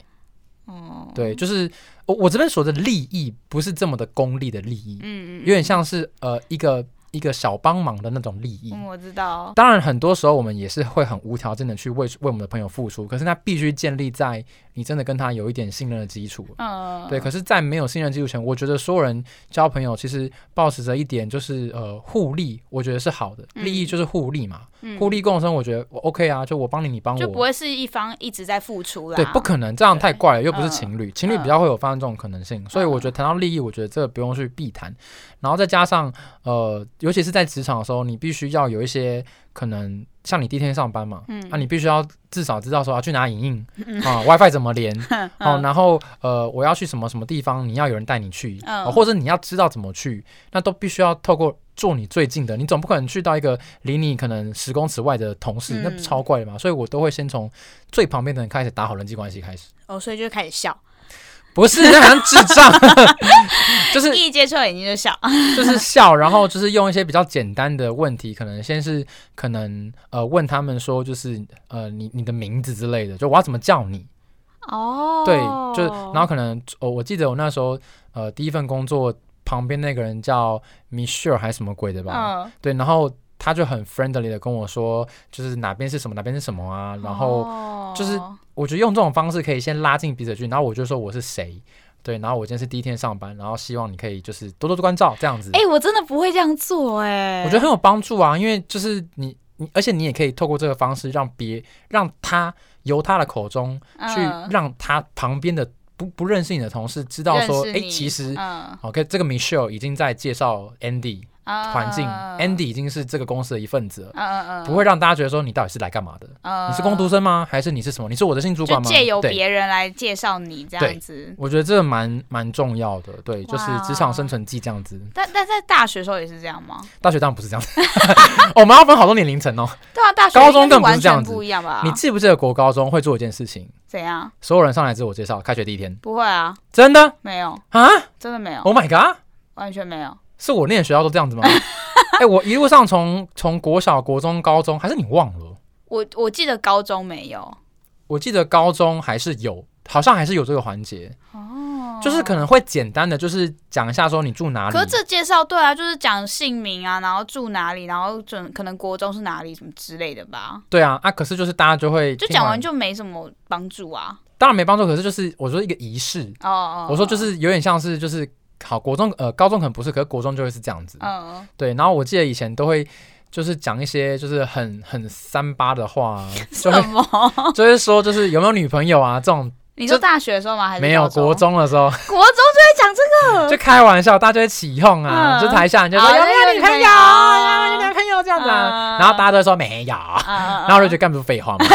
哦，对，就是我我这边说的利益不是这么的功利的利益，嗯，嗯有点像是呃一个一个小帮忙的那种利益。嗯，我知道，当然，很多时候我们也是会很无条件的去为为我们的朋友付出，可是那必须建立在你真的跟他有一点信任的基础。嗯，对，可是，在没有信任基础前，我觉得所有人交朋友其实保持着一点就是呃互利，我觉得是好的，嗯利益就是互利嘛，嗯互利共生，我觉得我 OK 啊，就我帮你，你帮就不我，会是一方一直在付出啦，对，不可能这样太怪了，又不是嗯情侣，情侣嗯比较会有发生这种可能性，所以我觉得谈到利益，我觉得这个不用去避谈，然后再加上呃，尤其是在职场的时候，你必须要有一些可能像你第一天上班嘛，嗯，啊，你必须要至少知道说要去哪影印啊，WiFi 怎么连 [laughs] 嗯，哦，然后呃，我要去什么什么地方，你要有人带你去，嗯哦或者你要知道怎么去，那都必须要透过做你最近的，你总不可能去到一个离你可能十公尺外的同事，那不嗯超怪的嘛，所以我都会先从最旁边的人开始打好人际关系开始，哦，所以就开始笑，不是那好像智 [laughs] 障，就是一接触眼睛就笑，就是笑，然后就是用一些比较简单的问题，可能先是可能呃问他们说就是呃你你的名字之类的，就我要怎么叫你，哦，对，就是然后可能哦，我记得我那时候呃第一份工作旁边那个人叫 Michelle 还是什么鬼的吧，嗯，对，然后他就很 friendly 的跟我说，就是哪边是什么哪边是什么啊，然后后就是我觉得用这种方式可以先拉近彼此的距离，然后我就说我是谁。对，然后我今天是第一天上班，然后希望你可以就是多多关照这样子。哎、我真的不会这样做哎、我觉得很有帮助啊，因为就是你你，而且你也可以透过这个方式让别让他由他的口中去嗯让他旁边的不不认识你的同事知道说，认哎、识你其实。嗯啊 OK，这个 Michelle 已经在介绍 Andy 环境、a n d y 已经是这个公司的一份子了，嗯嗯嗯，不会让大家觉得说你到底是来干嘛的？嗯，你是工读生吗？还是你是什么？你是我的新主就管吗？借由对别人来介绍你这对样子。我觉得这蛮蛮重要的，对，就是职场生存记这样子。但但在大学的时候也是这样吗？大学当然不是这样子， [laughs] 我们要分好多年龄层哦。对啊，大学高中应该更不是完这样全子不一样吧？你记不记得国高中会做一件事情？怎样？所有人上来自我介绍，开学第一天，不会啊，真的没有，啊真的没有， ？Oh my god！完全没有。是我念的学校都这样 [laughs] 子吗？哎、我一路上从从国小、国中、高中，还是你忘了？我我记得高中没有我记得高中还是有，好像还是有这个环节，哦，就是可能会简单的就是讲一下说你住哪里可。是这介绍对啊，就是讲姓名啊，然后住哪里，然后准可能国中是哪里什么之类的吧，对啊啊，可是就是大家就会就听讲完，就没什么帮助啊。当然没帮助，可是就是我说一个仪式，哦哦，我说就是有点像是就是好国中呃高中可能不是，可是国中就会是这样子。嗯， [laughs] 对，然后我记得以前都会就是讲一些就是很很三八的话 [laughs] 啊，什就会么？就会说就是有没有女朋友啊这种，你说大学的时候吗？还是没有高中国？中的 [laughs] 时候国中就会讲这个就开玩笑，大家就会起哄啊，嗯就台下人就说啊有没有有女女朋朋友友，有没有男朋友这样子啊，嗯然后大家都会说没有，啊，然后我就觉得干不是废话嘛。得啊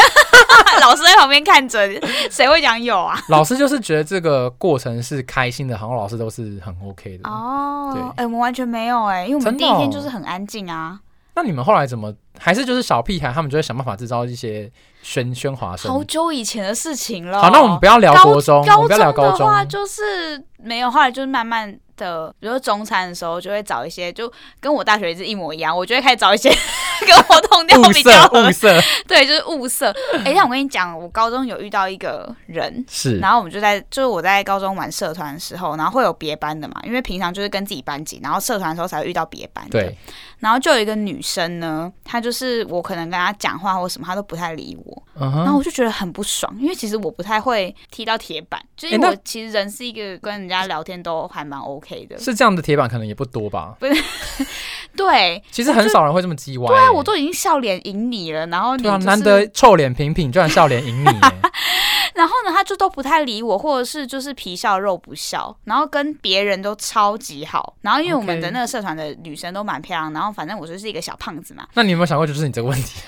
[laughs] 老师在旁边看着，谁会讲有啊？老师就是觉得这个过程是开心的，好像老师都是很 OK 的。哦 [laughs] 对，哎，我们完全没有哎，因为我们真的第哦一天就是很安静啊，那你们后来怎么还是就是小屁孩，他们就会想办法制造一些喧喧哗声。好久以前的事情了。好，那我们不要聊高国中，我高们不要聊高的中。话，就是没有，后来就是慢慢的，比如说中餐的时候，就会找一些，就跟我大学是一模一样，我就会开始找一些 [laughs] 跟我同调物比较色合 [laughs] 物，色对，就是物色。哎、但我跟你讲，我高中有遇到一个人。是然后我们就在，就是我在高中玩社团的时候，然后会有别班的嘛，因为平常就是跟自己班级，然后社团的时候才会遇到别班的。对，然后就有一个女生呢，她就是我可能跟她讲话或什么，她都不太理我。嗯然后哼。我就觉得很不爽，因为其实我不太会踢到铁板，就是因诶为那我其实人是一个跟人家聊天都还蛮 OK 的。是这样的铁板可能也不多吧，对，其实很少人会这么叽歪欸、对啊，我都已经笑脸迎你了，然后你、对啊，就是难得臭脸平平，居然笑脸迎你欸， [laughs] 然后呢，他就都不太理我，或者是就是皮笑肉不笑，然后跟别人都超级好。然后因为我们 OK 的那个社团的女生都蛮漂亮，然后反正我就是一个小胖子嘛，那你有没有想过，就是你这个问题，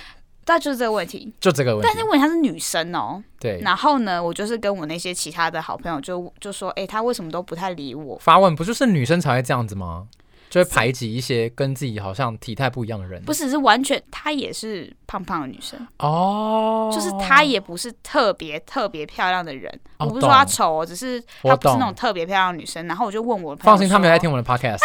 但就是这个问题。就这个问题但是，问题她是女生哦，对，然后呢，我就是跟我那些其他的好朋友就就说，哎、她为什么都不太理我？发问不就是女生才会这样子吗？就会排挤一些跟自己好像体态不一样的人。不是，是完全她也是胖胖的女生，哦，就是她也不是特别特别漂亮的人。我哦不是说她懂丑哦，只是我她不是懂那种特别漂亮的女生。然后我就问我的朋友，放心，他们有在听，我们的 podcast。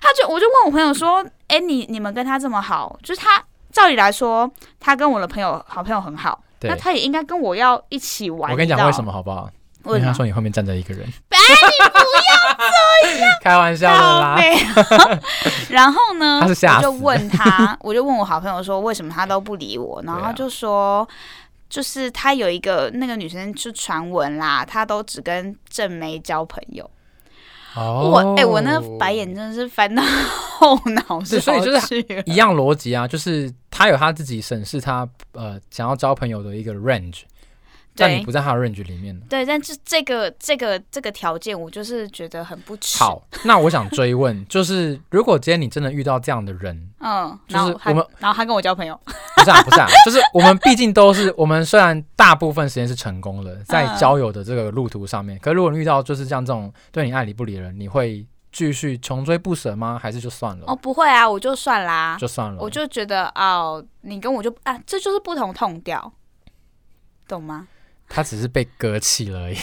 他就我就问我朋友说，哎、你你们跟她这么好，就是她照理来说，她跟我的朋友好朋友很好，对那，她也应该跟我要一起玩。我跟你讲为什么么？好不好？因为为什他么？ [laughs] 说你后面站着一个人，哎，你不要开玩笑的啦。 [laughs] 没有。然后呢， [laughs] 他是吓我就死问他， [laughs] 我就问我好朋友说，为什么他都不理我？然后对啊他就说，就是他有一个那个女生是传闻啦，他都只跟正妹交朋友。哦我哎、我那个白眼真的是翻到后脑勺去对所以就是了一样逻辑啊，就是他有他自己审视他呃想要交朋友的一个 range，但你对不在他的 range 里面呢。对，但是这个这个这个条件，我就是觉得很不耻。好，那我想追问， [laughs] 就是如果今天你真的遇到这样的人，嗯，就然是后他我们然后他跟我交朋友，不是啊，不是啊， [laughs] 就是我们毕竟都是我们虽然大部分时间是成功了，在嗯交友的这个路途上面，可如果你遇到就是像这种对你爱理不理的人，你会继续穷追不舍吗？还是就算了？哦，不会啊，我就算啦，就算了，我就觉得哦，你跟我就啊，这就是不同痛调，懂吗？他只是被割弃了 [laughs] 而已，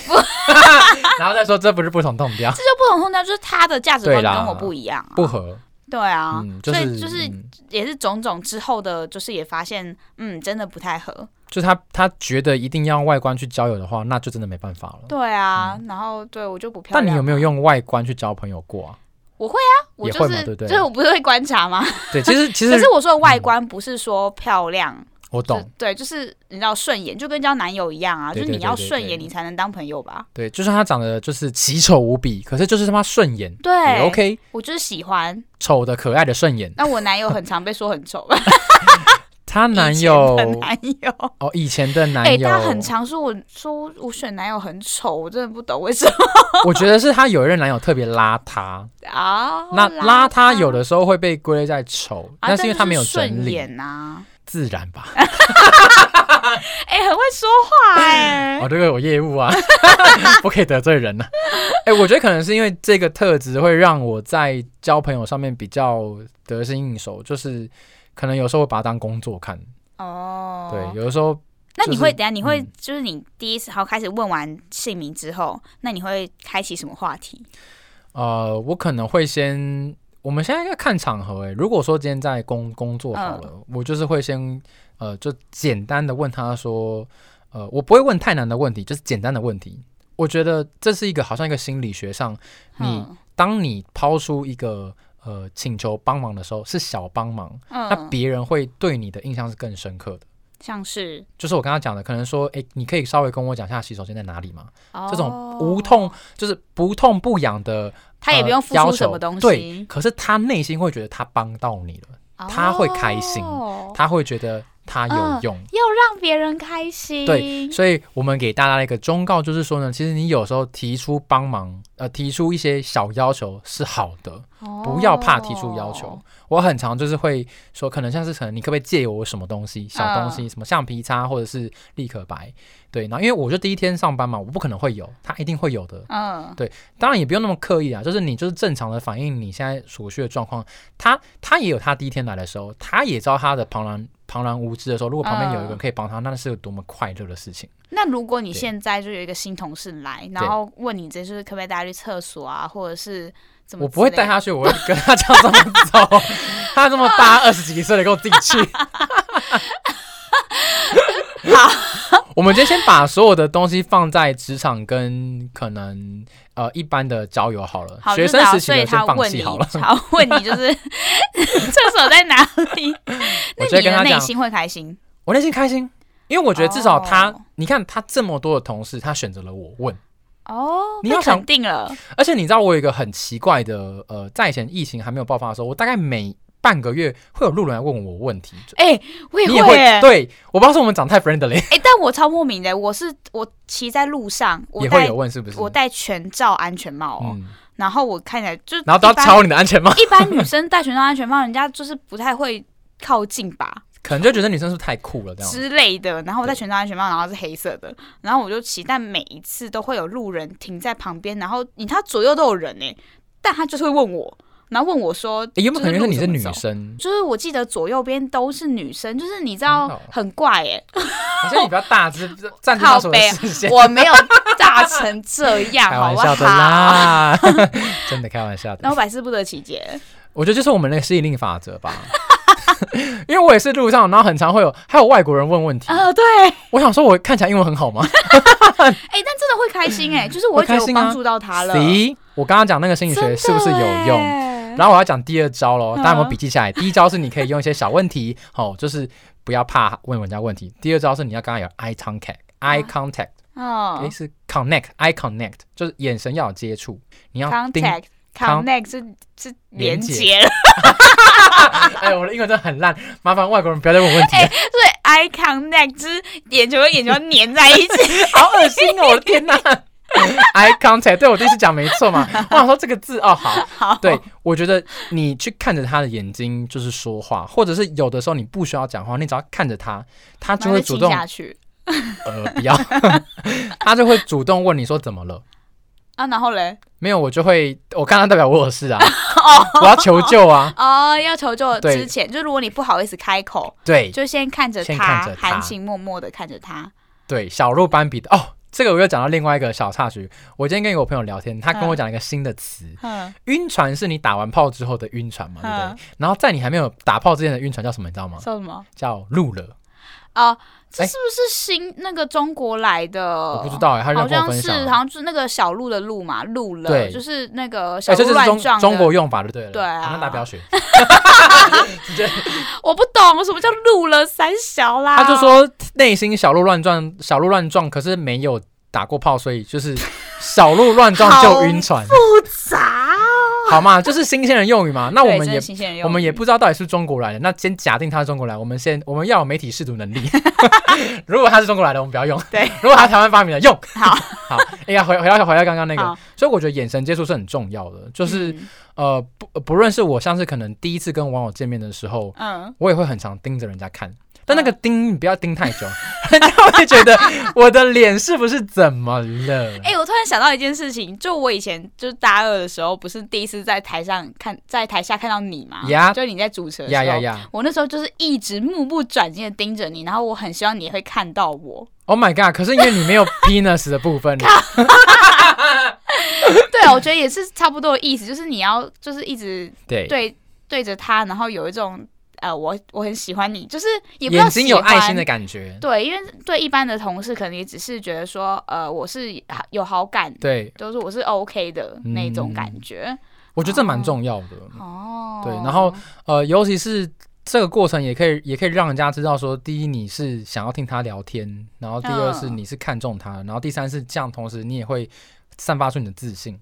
[laughs] 然后再说这不是不同痛调，这就不同痛调，就是他的价值观对啦跟我不一样、啊，不合，对啊，嗯，就所是以就是嗯也是种种之后的，就是也发现，嗯，真的不太合，就他他觉得一定要用外观去交友的话，那就真的没办法了。对啊，然后对我就不漂亮。啊嗯但你有没有？用外观去交朋友过啊？我也就会嘛是对不对就是我不是会观察吗？对，其实其 [laughs] 可实是我说的外观不是说漂亮，我就懂，对，就是你知道顺眼，就跟交男友一样啊，嗯就对是对你对要对顺对眼，你才能当朋友吧。对，就算他长得就是奇丑无比，可是就是他妈顺眼，对也 OK，我就是喜欢，丑的可爱的顺眼。那我男友很常被说很丑吧？她男以前友的男友。哦，以前的男哎、友，他很常说我说我选男友很丑，我真的不懂为 [laughs] 什么我觉得是她有一任男友特别邋遢，啊。那邋遢有的，的时候会被归类在丑，啊、但是因为他没有就是整顺理，眼呐、自然吧。哎、很会说话 [laughs] 哎、哦，这个有业务啊，不可以得罪人呢、哎、我觉得可能是因为这个特质会让我在交朋友上面比较得心应手，就是可能有时候会把它当工作看。哦，对，。有的时候那你会就是等一下你会、嗯就是你第一次好开始问完姓名之后，那你会开启什么话题？呃，我可能会先，我们现在要看场合、哎，如果说今天在工工作好了，嗯我就是会先呃，就简单的问他说，呃，我不会问太难的问题，就是简单的问题。我觉得这是一个好像一个心理学上，你嗯当你抛出一个呃请求帮忙的时候，是小帮忙，那嗯，别人会对你的印象是更深刻的。像是、就是我刚刚讲的，可能说，诶，你可以稍微跟我讲一下洗手间在哪里吗？哦、这种无痛，就是不痛不痒的，他也呃不用付要出求什么东西，对，可是他内心会觉得他帮到你了，他会开心哦他会觉得他有用。要让别人开心。对，所以我们给大家的一个忠告就是说呢，其实你有时候提出帮忙，呃，提出一些小要求是好的，不要怕提出要求。哦我很常就是会说，可能像是可能你可不可以借我什么东西，小东西，什么橡皮擦或者是立可白，对。然后因为我就第一天上班嘛，我不可能会有，他一定会有的。嗯，当然也不用那么刻意啊，就是你就是正常的反映你现在所需的状况。他他也有他第一天来的时候，他也知道他的庞然庞然无知的时候，如果旁边有一个人可以帮他，那是有多么快乐的事情。那如果你对现在就有一个新同事来，然后问你这就是可不可以带他去厕所啊，或者是怎么？我不会带，他去，我会跟他讲怎么走。啊他这么大，二十几岁的，跟我自己去。我们今天先把所有的东西放在职场跟可能呃一般的交友好了，好，学就生是好啊时期所以的他先放问弃你，好了。 [laughs] 他问你就是厕所在哪里？那 [laughs] 我直接你跟的他内讲，心会开心我内心开心，因为我觉得至少他，哦你看他这么多的同事，他选择了我问，哦，你被要想肯定了，而且你知道我有一个很奇怪的，呃，在以前疫情还没有爆发的时候，我大概每半个月会有路人来问我问题，就哎，我也你也会耶，对，我不知道是我们长太 friendly，哎，但我超莫名的，我是我骑在路上，我也会戴有问是不是？我戴全罩安全帽哦，嗯，然后我看起来就然后都要一般敲你的安全 [laughs] 帽，一般女生戴全罩安全帽，人家就是不太会靠近吧可能就觉得女生是不是太酷了这 [laughs] 样。之类的。然后我戴全罩安全帽，然后是黑色的，然后我就骑，但每一次都会有路人停在旁边，然后你他左右都有人呢、但他就是会问我，然后问我说，诶有没有欸可能是你是就是女路怎么走？生？就是我记得左右边都是女生，就是你知道真的哦很怪欸 [laughs] 耶、好像你比较大只，占据到什么视线？我没有大成这样， [laughs] 开好玩不笑的好？啦， [laughs] 真的开玩笑的然。后百思不得其 [laughs] 解，我觉得就是我们那个吸引力法则吧。 [laughs] 因为我也是路上，然后很常会有还有外国人问问题，啊、对，哎、我想说我 [laughs] 看起来英文很好吗但真的会开心哎、就是我会会觉得开我心啊帮助到他了。 [laughs] 欸？See，我刚刚讲那个心理学是不是有用？用然后我要讲第二招喽，大家有没有嗯笔记下来？第一招是你可以用一些小问题， [laughs] 哦，就是不要怕问人家问题。第二招是你要刚刚有 eye 啊 contact，eye contact，诶，嗯是 connect，eye connect，就是眼神要有接触，你要盯。 [laughs] ，contact con- connect 是是哦连连接接，哎，我的英文真的很烂，麻烦外国人不要再问我问题了， [laughs] 所以 eye connect 就是眼球跟眼球粘在一起。 [laughs] 好恶心哦！我的天哪 [laughs] ，eye contact，对我第一次讲没错嘛。我想说这个字哦，好，好，对，我觉得你去看着他的眼睛就是说话，或者是有的时候你不需要讲话，你只要看着他，他就然后会主动下去呃不要， [laughs] 他就会主动问你说怎么了。啊，然后嘞，没有，我就会，我看他代表我有事啊，我要求救啊，哦，要求救对之前，就如果你不好意思开口，对就先看着先看着他，他含情脉脉的看着他。对，小鹿斑比的哦，这个我又讲到另外一个小插曲，我今天跟一个朋友聊天，他跟我讲了一个新的词，嗯，晕船是你打完炮之后的晕船嘛，对不嗯对？然后在你还没有打炮之前的晕船叫什么，你知道吗？说什么？叫路了，哦，这哎是不是新那个中国来的？我不知。道哎，他就哦好跟我像分是，享啊，好像是那个小鹿的鹿嘛，鹿了，对就是那个小哎，这鹿就是乱中撞的。中国用法就对了，对啊那大家不 [laughs] 要学。 [laughs] 我不懂什么叫鹿了，三小啦。他就说内心小鹿乱撞，小鹿乱撞，可是没有打过炮，所以就是小鹿乱撞就晕船，不杂哦。好嘛，就是新鲜人用语嘛。那我对们真也的新鲜人用我们语也不知道到底是不是中国来的，那先假定他是中国来，我们先我们要有媒体试读能力。 [laughs] 如果他是中国来的，我们不要用；对， [laughs] 如果他台湾发明的，用。好 [laughs] 好，哎呀，回回到回到刚刚那个好，嗯所以我觉得眼神接触是很重要的，就是、呃不不论是我像是可能第一次跟网友见面的时候，嗯，我也会很常盯着人家看，但那个盯你不要盯太 [laughs] 久，人家会觉得我的脸是不是怎么了？哎、我突然想到一件事情，就我以前就是大二的时候，不是第一次在台上看，在台下看到你嘛 Yeah 就你在主持的时呀候呀呀我那时候就是一直目不转睛的盯着你，然后我很希望你会看到 [laughs] 我。 ！Oh my god！可是因为你没有 [laughs] penis 的部分，对啊，我觉得也是差不多的意思，就是你要就是一直对，对对着他，然后有一种呃，我我很喜欢你，就是也不眼睛有爱心的感感觉，对，因为对一般的同事可能也只是觉得说，呃，我是有好感，对，都是我是 OK 的那种嗯感觉。我觉得这蛮重要的。哦，对，然后呃，尤其是这个过程也可以也可以让人家知道说，第一你是想要听他聊天，然后第二是嗯你是看中他，然后第三是这样，同时你也会散发出你的自信。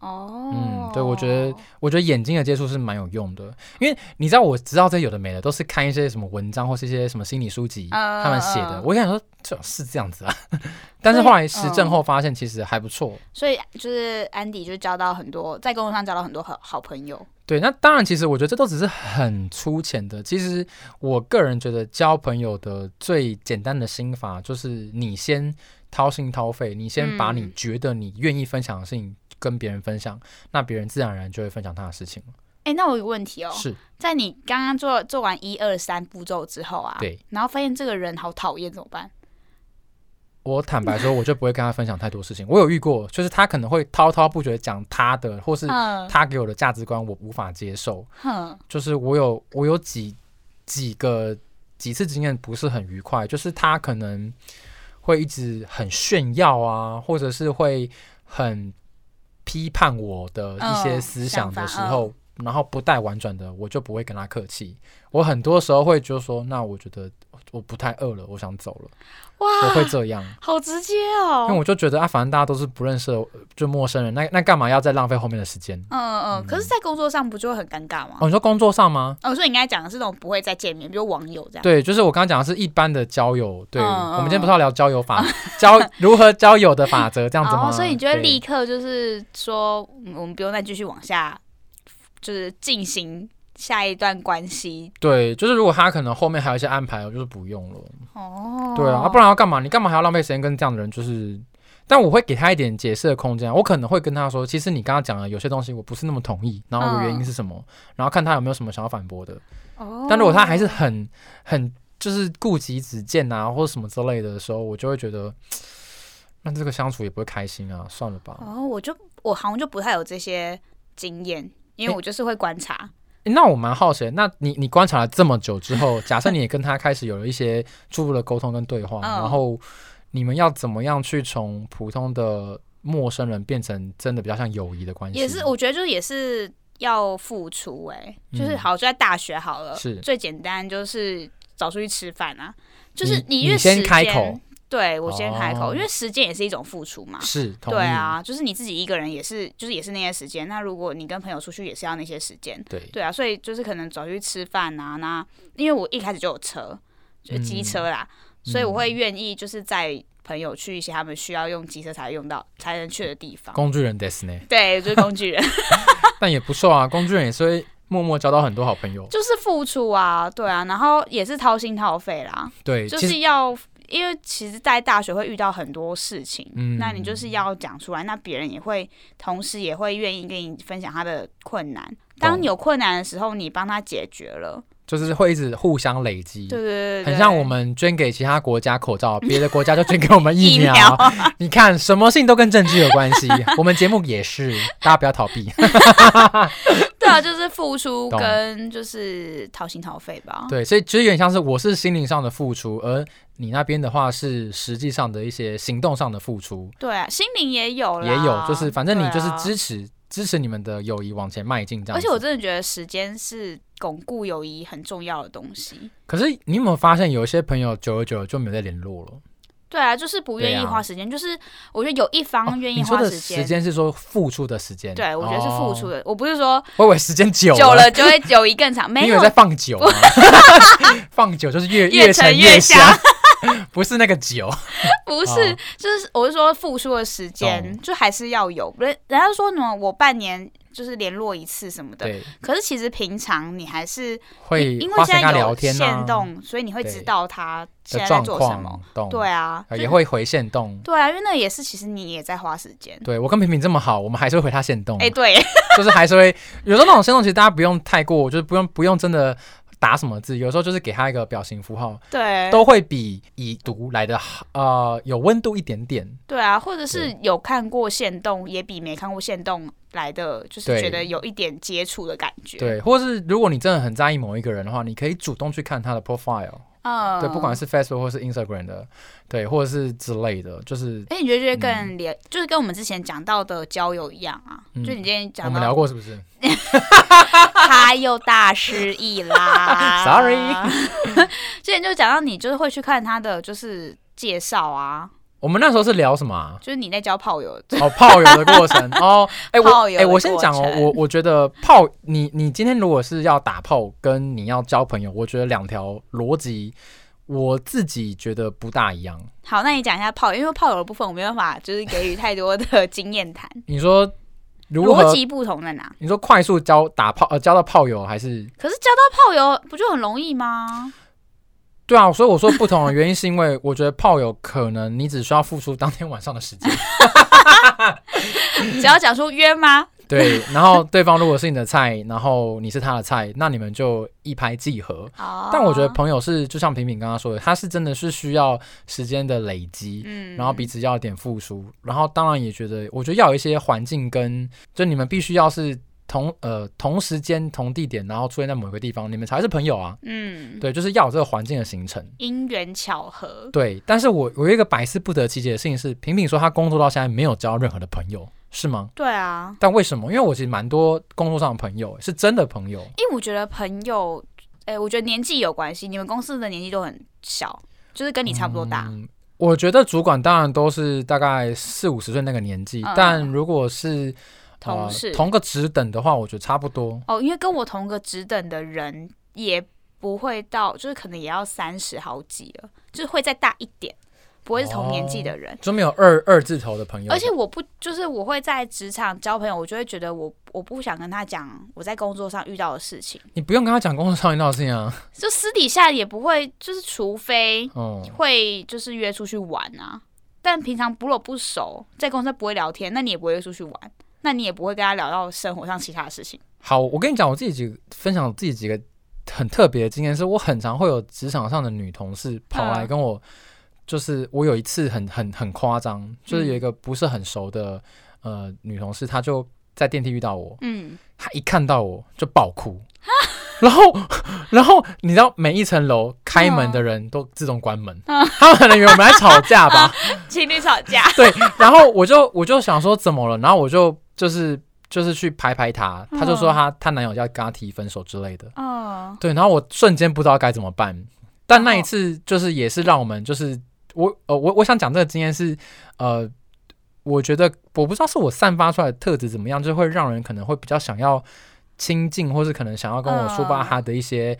哦，嗯对我觉得我觉得眼睛的接触是蛮有用的，因为你知道我知道这有的没的，都是看一些什么文章或是一些什么心理书籍、嗯他们写嗯。的嗯我想说，这是这样子啊， [laughs] 但是后来实证后发现其实还不错。所以就是安迪就交到很多在工作上交到很多好好朋友。对，那当然，其实我觉得这都只是很粗浅的。其实我个人觉得交朋友的最简单的心法就是你先掏心掏肺，你先把你嗯觉得你愿意分享的事情跟别人分享，那别人自然而然就会分享他的事情了。哎、那我有个问题哦，是在你刚刚做做完一二三步骤之后啊，对，然后发现这个人好讨厌，怎么办？我坦白说，我就不会跟他分享太多事情。我有遇过，就是他可能会滔滔不绝讲他的，或是嗯他给我的价值观我无法接受。哼，就是我有我有几几个几次经验不是很愉快，就是他可能会一直很炫耀啊，或者是会很批判我的一些嗯思想想法嗯的时候。然后不带婉转的，我就不会跟他客气。我很多时候会就说：“那我觉得我不太饿了，我想走了。”我会哇，这样。好直接因为哦。我就觉得啊，反正大家都是不认识的，呃就陌生人，那那干嘛要再浪费后面的时间？嗯嗯嗯，可是，在工作上不就会很尴尬吗？哦，你说工作上吗？哦，所以你刚才讲的是那种不会再见面，比如网友这样。对，就是我刚刚讲的是一般的交友，对、嗯我们今天不是要聊交友法， [laughs] 交如何交友的法则这样子吗？哦，所以你就会对立刻就是说，嗯我们不用再继续往下，就是进行下一段关系对，就是如果他可能后面还有一些安排，我就是不用了。哦。对啊，啊不然要干嘛？你干嘛还要浪费时间跟这样的人？就是，但我会给他一点解释的空间啊。我可能会跟他说，其实你刚刚讲的有些东西我不是那么同意，然后我的原因是什么，然后看他有没有什么想要反驳的。嗯哦但如果他还是很很就是顾及己见啊，或者什么之类的时候，我就会觉得，那这个相处也不会开心啊，算了吧。哦，我就我好像就不太有这些经验，因为诶我就是会观察。诶那我蛮好奇的，那你你观察了这么久之后，假设你也跟他开始有了一些初步的沟通跟对话， [laughs] 嗯然后你们要怎么样去从普通的陌生人变成真的比较像友谊的关系，也是，我觉得就是也是要付出哎、就是嗯好就在大学好了，是最简单就是找出去吃饭啊，就是你越你时间先开口，对我先开口，哦因为时间也是一种付出嘛。是同意对，啊，就是你自己一个人也是，就是也是那些时间。那如果你跟朋友出去，也是要那些时间。对对啊，所以就是可能找去吃饭啊，那因为我一开始就有车，就嗯机车啦，所以嗯我会愿意就是在朋友去一些他们需要用机车才用到、才能去的地方。工具人 des 呢，对，就是工具人， [laughs] 但也不错啊，工具人也是会默默交到很多好朋友。就是付出啊，对啊，然后也是掏心掏肺啦，对，就其是实要。因为其实，在大学会遇到很多事情，嗯那你就是要讲出来，那别人也会，同时也会愿意跟你分享他的困难。当懂有困难的时候，你帮他解决了，就是会一直互相累积。对对对对，嗯很像我们捐给其他国家口罩，别的国 [laughs] 家就捐给我们疫疫苗。苗 [laughs] 你看，什么事情都跟政治有关 [laughs] 系。我们节目也是，大家不要逃避。对啊，就是付出懂跟就是掏心掏肺吧。对，所以其实有点像是我是心灵上的付出，而你那边的话是实际上的一些行动上的付出，对啊，心灵也有啦，也有就是反正你就是对啊支持、支持你们的友谊往前迈进这样而子。且我真的觉得时间是巩固友谊很重要的东西。可是你有没有发现，有一些朋友久而久之就没有再联络了？对啊，就是不愿意对啊花时间，就是我觉得有一哦方愿意你说花的间。时间是说付出的时间？对，我觉得是付出哦。的。我不是说我以为时间久久了就会友谊 [laughs] 更长，没你以有为在放酒 [laughs] 吗？放酒就是越越陈陈越越香， [laughs] 不是那个酒。不是，哦就是我是说付出的时间懂就还是要有。人人家说什么我半年就是联络一次什么的，对，可是其实平常你还是会因为花现钱跟他在聊有天限啊动，所以你会知对道他现的在在状做什么况。，懂？对啊，呃，就也是会回线动。对啊，因为那也是其实你也在花时间。对我跟平平这么好，我们还是会回他线动哎、，对，就是还是会有时候那种线动，其实大家不用太过，就是不用不用真的打什么字，有时候就是给他一个表情符号，对，都会比已读来的呃有温度一点点。对啊，或者是有看过线动，也比没看过线动来的，就是对觉得有一点接触的感觉。，对，或是如果你真的很在意某一个人的话，你可以主动去看他的 profile。嗯，对，不管是 Facebook 或是 Instagram 的，对，或者是之类的，就是哎、你觉得这跟连、就是跟我们之前讲到的交友一样啊？嗯就你今天我讲们聊到，过是不是？他又大失忆啦 [laughs] Sorry [laughs] 之前就讲到你就是会去看他的就是介绍啊，我们那时候是聊什么、啊？就是你在交炮友，哦，炮友的 [laughs] 过程哦，哎、我炮哎、友的我先讲哦过，程我我觉得炮，你你今天如果是要打炮，跟你要交朋友，我觉得两条逻辑，我自己觉得不大一样。好，那你讲一下炮友，因为炮友的部分我没办法就是给予太多的经验谈，你说如逻何？辑不同在哪？你说快速交打炮呃交到炮友还是可是交到炮友不就很容易吗？对啊？所以我说不同的原因是因为我觉得炮友可能你只需要付出当天晚上的时间，只要讲出约吗？对，然后对方如果是你的菜，然后你是他的菜，那你们就一拍即合。哦，但我觉得朋友是，就像平平刚刚说的，他是真的是需要时间的累积，嗯然后彼此要有点付出，然后当然也觉得，我觉得要有一些环境跟，就你们必须要是同呃同时间同地点，然后出现在某一个地方，你们才是朋友啊。嗯，对，就是要有这个环境的形成。因缘巧合，对，但是我我有一个百思不得其解的事情是，平平说她工作到现在没有交任何的朋友，是吗？对啊，但为什么？因为我其实蛮多工作上的朋友是真的朋友，因为我觉得朋友，哎、我觉得年纪有关系，你们公司的年纪都很小，就是跟你差不多大，嗯我觉得主管当然都是大概四五十岁那个年纪，嗯但如果是、呃同事同个职等的话，我觉得差不多。哦，因为跟我同个职等的人也不会到，就是可能也要三十好几了，就是会再大一点，不会是同年纪的人。就没有二二字头的朋友，而且我不就是我会在职场交朋友，我就会觉得我我不想跟他讲我在工作上遇到的事情，你不用跟他讲工作上遇到的事情啊。 [laughs] 就私底下也不会，就是除非嗯，会就是约出去玩啊，但平常如果不熟，在公司不会聊天，那你也不会约出去玩，那你也不会跟他聊到生活上其他的事情。好，我跟你讲，我自己几个分享我自己几个很特别的经验，是我很常会有职场上的女同事跑来嗯跟我，就是我有一次很很很夸张，嗯就是有一个不是很熟的呃女同事，她就在电梯遇到我，嗯，她一看到我就爆哭，然后， [laughs] 然后你知道每一层楼开门的人都自动关门，他们可能以为我们在吵架吧？情侣吵架， [laughs] 对。然后我就我就想说怎么了？然后我就就是就是去拍拍她，她就说她她男友要跟她提分手之类的。嗯，对，然后我瞬间不知道该怎么办。但那一次就是也是让我们就是我呃我我想讲这个经验是呃，我觉得我不知道是我散发出来的特质怎么样，就会让人可能会比较想要亲近，或是可能想要跟我抒发嗯他的一些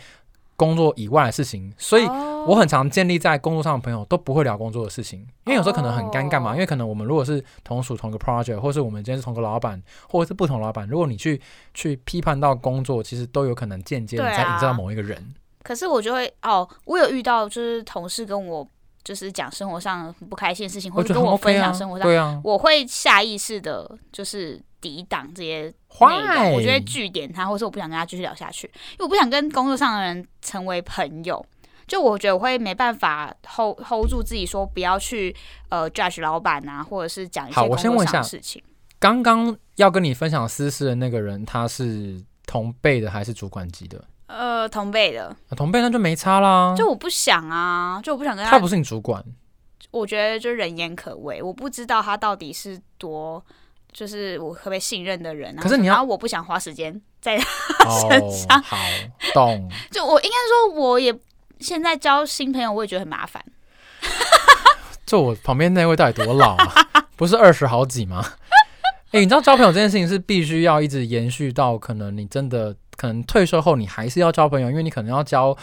工作以外的事情。所以哦我很常建立在工作上的朋友都不会聊工作的事情，因为有时候可能很尴尬嘛。哦因为可能我们如果是同属同一个 project，或是我们今天是同个老板，或者是不同老板，如果你去去批判到工作，其实都有可能间接你对啊在影射到某一个人。可是我就会哦，我有遇到就是同事跟我就是讲生活上不开心的事情，或我者觉得哦跟很我 OK 分啊享生活，上，对啊我会下意识的就是抵挡这些内坏，容，我就会据点他，或是我不想跟他继续聊下去，因为我不想跟工作上的人成为朋友。就我觉得我会没办法 hold hold 住自己，说不要去呃 judge 老板啊，或者是讲一些好工我先作问一上的下事情。刚刚要跟你分享私事的那个人，他是同辈的还是主管级的？呃，同辈的，啊同辈那就没差啦，就我不想啊，就我嗯不想跟他不是你主 [laughs] 管，我觉得就人言可畏，我不知道他到底是多，就是我可不可以信任的人啊。可是你要然后我不想花时间在，哦，好，懂。 [laughs] 就我应该说，我也现在交新朋友，我也觉得很麻烦。就我旁边那位到底多老 [laughs] 啊？不是二十好几吗？哎、你知道交朋友这件事情是必须要一直延续到可能你真的可能退休后，你还是要交朋友，因为你可能要交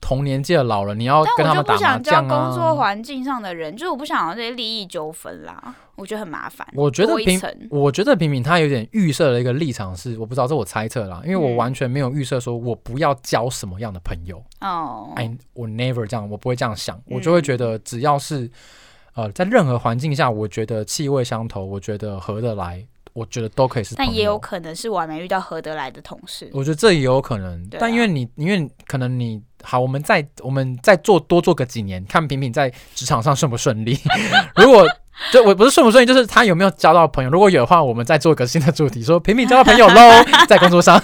同年纪的老人，你要跟但他我就们打不麻想交将工作啊。环境上的人，就是我不想要这些利益纠纷啦，我觉得很麻烦。我觉得多一平层，我觉得平平他有点预设了一个立场是，我不知道这我猜测啦，因为我嗯完全没有预设说我不要交什么样的朋友。哦，嗯哎，我 never 这样，我不会这样想，我就会觉得只要是呃在任何环境下，我觉得气味相投，我觉得合得来，我觉得都可以是朋友。但也有可能是我还没遇到合得来的同事。我觉得这也有可能，对啊但因为你，因为可能你好，我们再我们再做多做个几年，看平平在职场上顺不顺利。 [laughs] 如果就我不是顺不顺利，就是他有没有交到朋友。如果有的话，我们再做个新的主题，说平平交到 [laughs] 朋友喽，在工作上。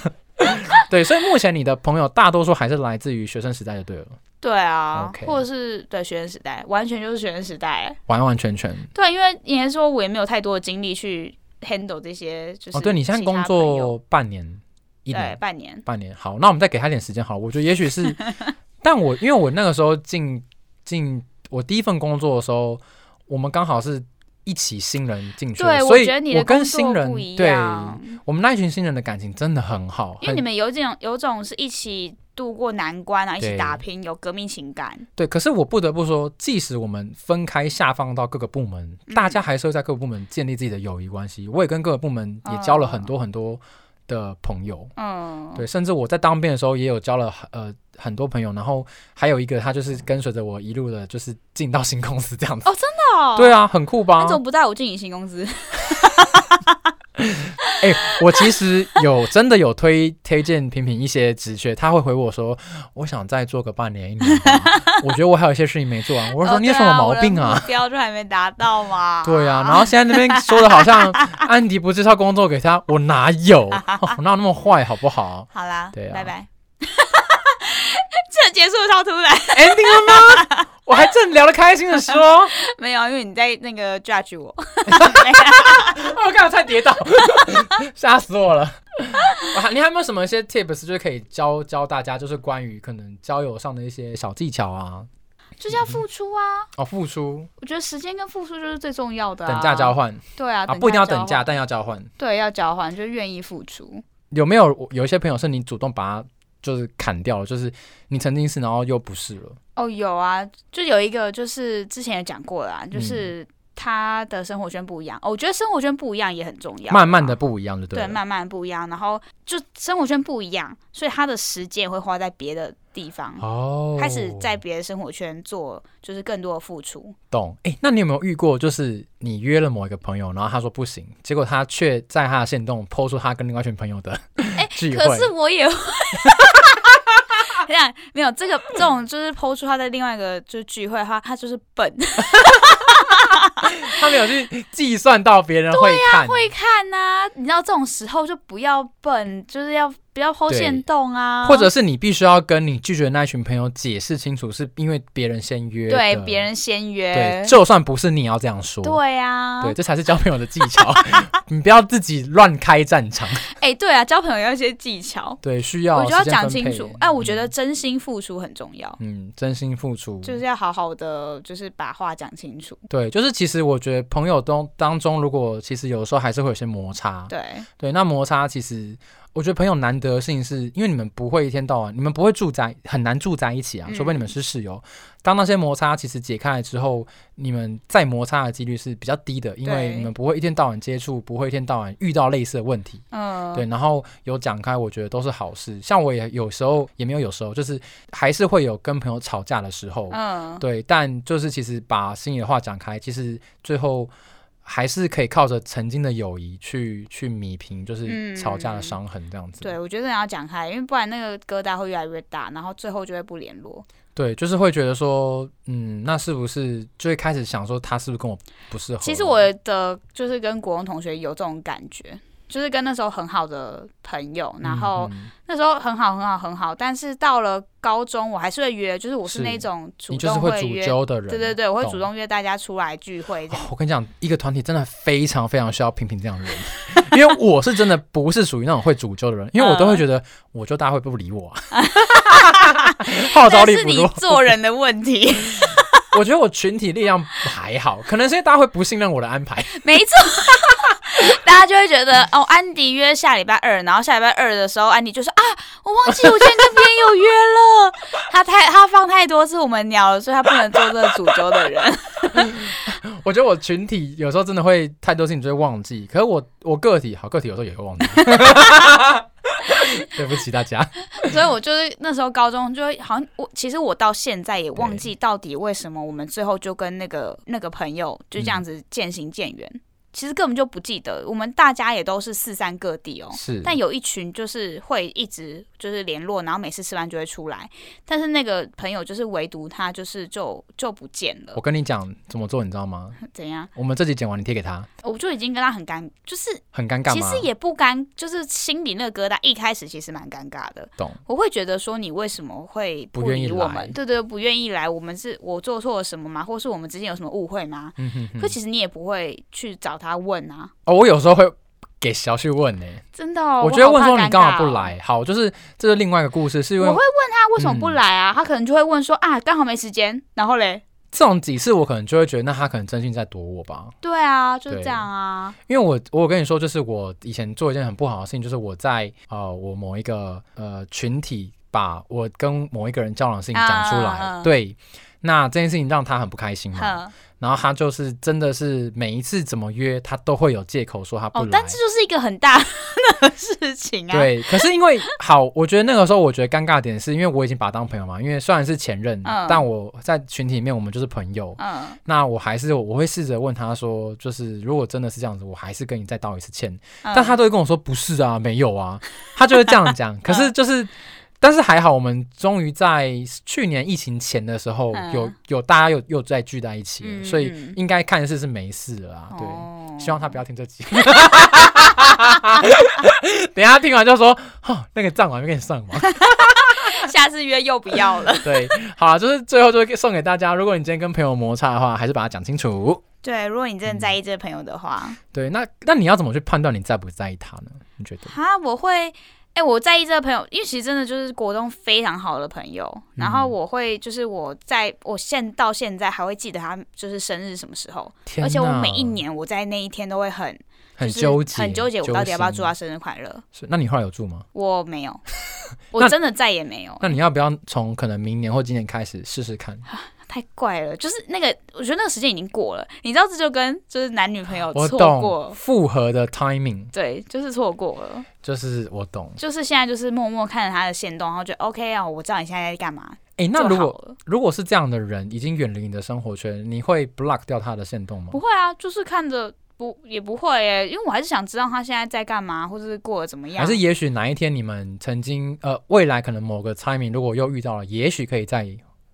[laughs] 对，所以目前你的朋友大多数还是来自于学生时代就对了，对啊 OK 或者是对学生时代，完全就是学生时代、完完全全。对，因为应该说我也没有太多的精力去 handle 这些，就是哦，对你现在其他工朋友作半年，一对年半年，半年，好，那我们再给他一点时间好了。我觉得也 [laughs] 许是，但我因为我那个时候进进我第一份工作的时候，我们刚好是一起新人进去的，对，所我以觉得你的跟工新作人不一对，样，我们那一群新人的感情真的很好，因为很你们有这种有种是一起度过难关啊，一起打拼，有革命情感，对。可是我不得不说，即使我们分开下放到各个部门，嗯大家还是会在各个部门建立自己的友谊关系。我也跟各个部门也交哦了很多很多的朋友。嗯，对，甚至我在当兵的时候也有交了很呃很多朋友，然后还有一个他就是跟随着我一路的，就是进到新公司这样子。哦，真的、哦，对。啊，很酷吧那？种不带我进你新公司，哎、我其实有真的有推推荐平平一些职缺，他会回我说，我想再做个半年一年吧，啊 [laughs] 我觉得我还有一些事情没做啊完。我我就说、你有什么毛病哦啊？？我的目标就还没达到嘛。 [laughs] 对啊，然后现在那边说的好像安迪不介绍工作给他，我哪有？我哪有那么坏，好 [laughs] 不好好啦，对啊拜拜。 [laughs] 这结束得超突然， ？Ending 了吗？ [laughs] 我还正聊得开心的时候。 [laughs] 没有，因为你在那个 judge 我。 [laughs] 我哦刚才差点跌倒，吓死我了。啊你还有没有什么一些 tips，就是可以教教大家，就是关于可能交友上的一些小技巧啊？ [laughs] 就是要付出啊！哦，付出、我觉得时间跟付出就是最重要的、啊。等价交，换对啊，啊，不一定要交等换价，，但要交换。对，要交换，就愿意付出。有没有有一些朋友是你主动把他就是砍掉了，就是你曾经是，然后又不是了？哦，有啊，就有一个，就是之前也讲过啦，嗯就是他的生活圈不一样。哦，我觉得生活圈不一样也很重要，啊慢慢的。不一样，就对对，了。慢慢不一样，然后就生活圈不一样，所以他的时间会花在别的地方，哦，开始在别的生活圈做，就是更多的付出。懂。哎、那你有没有遇过，就是你约了某一个朋友，然后他说不行，结果他却在他的线动抛出他跟另外一群朋友的聚会？可是我也会。 [laughs] 这样没有这个这种就是抛出他在另外一个就是聚会的话，他就是笨，他没有去计算到别人会看，会看呐、你知道这种时候就不要笨，就是要不要抛线动啊，或者是你必须要跟你拒绝的那一群朋友解释清楚，是因为别人先约的，对别人先约对，，就算不是你也要这样说，对啊，对，这才是交朋友的技 [laughs] 巧，你不要自己乱开战场，哎、对啊，交朋友要一些技巧，对，需要我就要时间讲分清配楚。哎、我觉得真心付出很重要，嗯，真心付出，就是要好好的，就是把话讲清楚。对，就是其实我觉得朋友中当中，如果其实有时候还是会有些摩擦，对，对，那摩擦其实我觉得朋友难得的事情是，因为你们不会一天到晚，你们不会住在很难住在一起啊，嗯除非你们是室友。当那些摩擦其实解开来之后，你们再摩擦的几率是比较低的，因为对你们不会一天到晚接触，不会一天到晚遇到类似的问题。嗯，对，然后有讲开，我觉得都是好事。像我也有时候也没有，有时候就是还是会有跟朋友吵架的时候，嗯，对，但就是其实把心里的话讲开，其实最后还是可以靠着曾经的友谊去去弥平，就是吵架的伤痕这样子。嗯对，我觉得要讲开，因为不然那个疙瘩会越来越大，然后最后就会不联络。对就是会觉得说，嗯，那是不是就会开始想说他是不是跟我不适合？其实嗯我的就是跟国文同学有这种感觉，就是跟那时候很好的朋友，然后嗯嗯那时候很好很好很好，但是到了高中我还是会约，就是我是是那种主你就是动会主约，揪的人，对对对，我会懂主。动约大家出来聚会 [laughs] 这哦样。我跟你讲，一个团体真的非常非常需要平平这样的人，因为我是真的不是属于那种会主揪的人，因为我都嗯会觉得，我就大家会不理我、啊， [laughs] 号召这力是不你弱。做人的问题，我觉得我群体力量还好，可能是因为大家会不信任我的安排。 [laughs] 没错，大家就会觉得哦，安迪约下礼拜二，然后下礼拜二的时候，安迪就说啊，我忘记我今天跟别人有约了， [laughs] 他太他放太多次我们鸟了，所以他不能做这个主揪的人。我觉得我群体有时候真的会太多事情就会忘记，可是我我个体好个体有时候也会忘记。 [laughs] 对不起大家， [laughs] 所以我就是那时候高中就会好像我其实我到现在也忘记到底为什么我们最后就跟那个那个朋友就这样子渐行渐远，其实根本就不记得，我们大家也都是四散各地哦。是但有一群就是会一直就是联络，然后每次吃饭就会出来，但是那个朋友就是唯独他就是就就不见了我，跟你讲怎么做，你知道吗？怎样？我们这集剪完，你贴给他，我就已经跟他很尴，就是很尴尬其吗？实也不尴，就是心里那个疙瘩一开始其实蛮尴尬的。懂，我会觉得说你为什么会不愿意理我来们？对对，不愿意来，我们是我做错了什么吗？或是我们之间有什么误会吗？嗯哼哼可。其实你也不会去找他问啊，哦，我有时候会给小旭问呢、真的、哦。我觉得好问怕说尴你干嘛尬不哦？来？好，就是这是另外一个故事，是因为嗯我会他为什么不来啊？他可能就会问说啊，刚好没时间，然后嘞，这种几次我可能就会觉得，那他可能真心在躲我吧。对啊，就是对这样啊，因为我我有跟你说，就是我以前做一件很不好的事情，就是我在呃我某一个呃群体把我跟某一个人交往的事情讲出来，啊嗯对，那这件事情让他很不开心嘛，哼，然后他就是真的是每一次怎么约，他都会有借口说他不哦，来。但这就是一个很大的事情啊，对，可是因为好，我觉得那个时候我觉得尴尬的点是因为我已经把他当朋友嘛，因为虽然是前任，嗯但我在群体里面我们就是朋友，嗯，那我还是我会试着问他说，就是如果真的是这样子，我还是跟你再道一次歉，嗯，但他都会跟我说不是啊，没有啊， [laughs] 他就会这样讲。可是就是，但是还好，我们终于在去年疫情前的时候，嗯有有大家又又再聚在一起了，嗯所以嗯应该看似是没事了啊。对，哦希望他不要听这集。 [laughs] 等一下听完就说，哦，那个账我还没给你上 [laughs] 吗？下次约又不要 [laughs] 了。对，好啊，就是最后就送给大家，如果你今天跟朋友摩擦的话，还是把它讲清楚。对，如果你真的在意这个朋友的话，对，那那你要怎么去判断你在不在意他呢？你觉得？哈，我会，哎、我在意这个朋友，因为其实真的就是国中非常好的朋友，嗯然后我会就是我在我现到现在还会记得他就是生日什么时候，天而且我哪每一年我在那一天都会很很就是纠结，很纠结，我到底要不要啊哦祝心他生日快乐？是，那你后来有住吗？我没 [laughs] 有，我那真的再也没有，那你要不要从可能明年或今年开始试试看？太怪了，就是那个我觉得那个时间已经过了，你知道这就跟就是男女朋友我错懂过。复合的 timing，对，就是错过了，就是我懂。就是现在就是默默看着他的行动，然后觉得 OK 啊，我知道你现在在干嘛。诶， [laughs] 那就如好果了如果是这样的人已经远离你的生活圈，你会 block 掉他的线动吗不？会啊，就是看着不也不会耶，因为我还是想知道他现在在干嘛，或者是过得怎么样。还是也许哪一天你们曾经呃未来可能某个 timing 如果又遇到了，也许可以再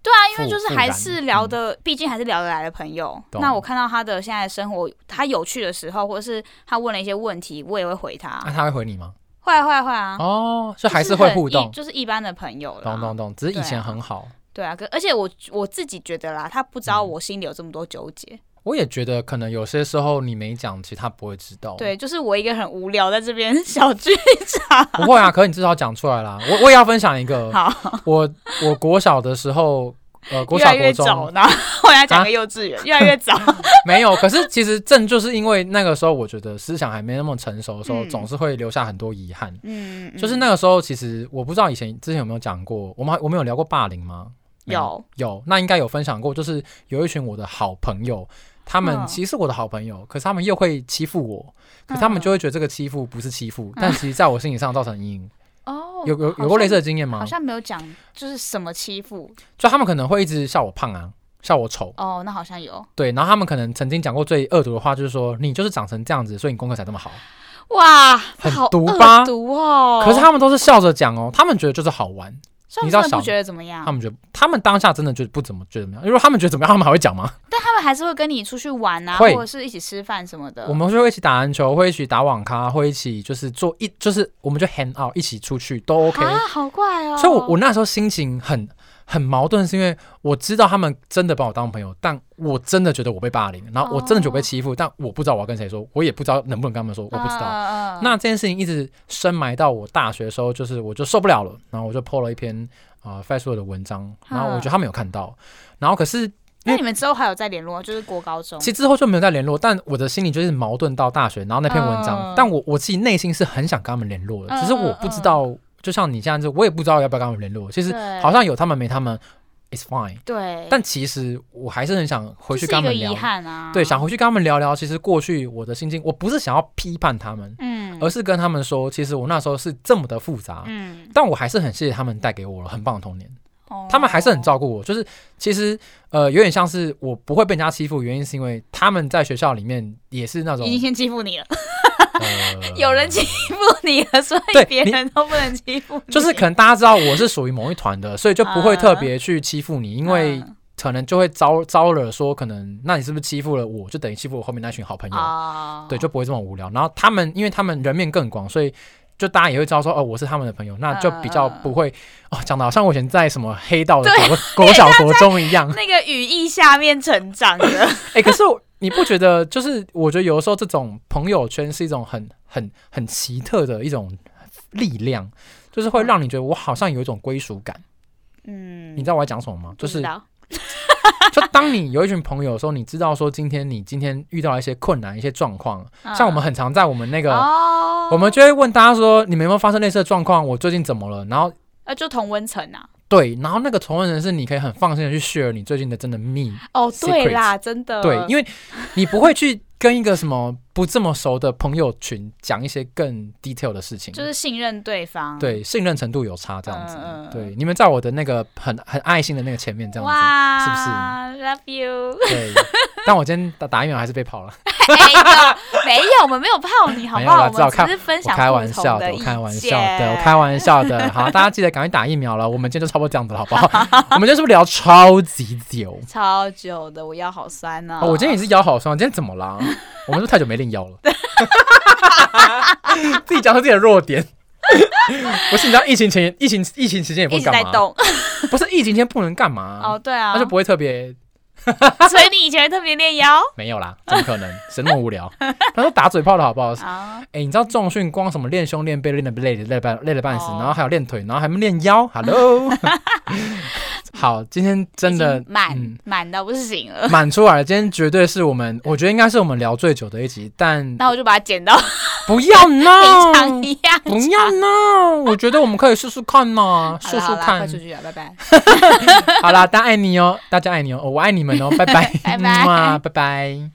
对啊，因为复就是复还燃嗯是聊的，毕竟还是聊得来的朋友。懂那我看到他的现在的生活，他有趣的时候，或者是他问了一些问题，我也会回他。那、他会回你吗？会会会啊，啊哦，就还就是会很互一动，就是一般的朋友啦。懂懂懂，只是以对前啊很好。对啊，可而且我我自己觉得啦，他不知道嗯我心里有这么多纠结。我也觉得可能有些时候你没讲，其实他不会知道。对，就是我一个很无聊在这边小剧 [laughs] 场。不会啊，可是你至少讲出来啦。我我也要分享一个，好，我我国小的时候，呃，国越小来越国早，中然后后来讲啊个幼稚园，越来越早。 [laughs] 没有。可是其实正就是因为那个时候，我觉得思想还没那么成熟的时候，嗯总是会留下很多遗憾。嗯，嗯就是那个时候，其实我不知道以前之前有没有讲过，我们还我们有聊过霸凌吗？没有有，那应该有分享过，就是有一群我的好朋友，他们嗯其实是我的好朋友，可是他们又会欺负我，可是他们就会觉得这个欺负不是欺负，但其实在我心理上造成阴影。哦，有嗯有嗯好有过类像似的经验好吗？像没有讲，就是什么欺负就他们可能会一直笑我胖啊，笑我丑，哦，那好像有对，然后他们可能曾经讲过最恶毒的话，就是说你就是长成这样子，所以你功课才这么好。哇，很好毒恶吧毒哦。可是他们都是笑着讲哦，他们觉得就是好玩，所以你你知道真的小不觉得怎么样他？们觉得他们当下真的就不怎么觉得怎么样，因为他们觉得怎么样，他们还会 [laughs] 讲吗？但他们还是会跟你出去玩啊，或会者是一起吃饭什么的。啊我们就会一起打篮球，会一起打网咖，会一起就是做一就是我们就 hang out 一起出去都 OK。啊，好怪哦。所以我，我那时候心情很很矛盾，是因为我知道他们真的把我当朋友，但我真的觉得我被霸凌，然后我真的觉得被欺负，但我不知道我要跟谁说，我也不知道能不能跟他们说，我不知道。道那这件事情一直深埋到我大学的时候，就是我就受不了了，然后我就 po 了一篇啊 Facebook 的文章，然后我觉得他们有看到，然后可是那你们之后还有再联络，就是国高中其实之后就没有再联络，但我的心里就是矛盾到大学，然后那篇文章，嗯但我我自己内心是很想跟他们联络的，只是我不知道，就像你这样子，我也不知道要不要跟他们联络，其实嗯对好像有他们没他们，it's fine，对，但其实我还是很想回去这跟是他一个们遗聊，憾啊。对，想回去跟他们聊聊，其实过去我的心境，我不是想要批判他们，嗯而是跟他们说，其实我那时候是这么的复杂，嗯，但我还是很谢谢他们带给我了很棒的童年。哦他们还是很照顾我，就是其实呃有点像是我不会被人家欺负，原因是因为他们在学校里面也是那种已经先欺负你了，呃 [laughs] 有人欺负你了，所以对别你人都不能欺负你。 [laughs] 就是可能大家知道我是属于某一团的，所以就不会特别去欺负你，因为嗯可能就会招招惹说可能那你是不是欺负了我，就等于欺负我后面那群好朋友，啊，对，就不会这么无聊。然后他们因为他们人面更广，所以。就大家也会知道说，哦，我是他们的朋友，那就比嗯较不会、哦，讲的好像我以前在什么黑道的国 [laughs] 国小国中一样，那个语义下面成长的， [coughs] 哎、可是我你不觉得，就是我觉得有的时候这种朋友圈是一种很很很奇特的一种力量，就是会让你觉得我好像有一种归属感。嗯，你知道我在讲什么吗？就不知是道就当你有一群朋友的时候，你知道说今天你今天遇到一些困难、一些状况，像我们很常在我们那嗯个。哦，我们就会问大家说，你们有没有发生类似的状况？我最近怎么了？然后呃就同温层啊，对，然后那个同温人是你可以很放心的去 share 你最近的真 [laughs] 的秘哦 Secret 对啦，真的对，因为你不会去跟一个什么不这么熟的朋友群讲一些更 detail 的事情，就是信任对方，对信任程度有差这样子。嗯嗯嗯对，你们在我的那个很很爱心的那个前面这样子。哇，是不是？Love you！ [laughs] 对，但我今天打打疫苗还是被跑了，哎有没有，我们没有泡你，好不没有好？啦我只好们只看是分我享开不玩同笑的的，我开玩意笑的，见我开玩笑的。好，大家记得赶快打疫苗了。我们今天就差不多这样子了，好 [laughs] 不好？我们今天是不是聊超级久？超久的，我腰好酸呢、哦，我今天也是腰好酸，今天怎么啦？我们是不是太久没练腰了， [laughs] 自己讲出自己的弱点。 [laughs] 不是，你知道疫情前、疫情疫情期间也不一能直在干嘛？动。不是疫情期间不能干嘛？ [laughs] 哦，对啊那，就不会特别所以你以前特别练腰没有啦，怎么可能？谁那么无聊？他说打嘴炮的好不好？啊？哎、你知道重训光什么练胸、练背练的累的累得半累了半死，哦然后还有练腿，然后还练腰。Hello，好，今天 [laughs] 真已的经满嗯满到不行了。满出来了，今天绝对是我们，我觉得应该是我们聊最久的一集，但那我就把它剪到不要平常闹，一样。嗯 [laughs] 不要闹，我觉得我们可以试试 [laughs] 看嘛，好试啦试好啦，快看出。去了，拜拜。 [laughs] 好啦，大家爱你哦，大家爱你哦，哦我爱你们哦，拜拜，拜拜嗯啊拜拜。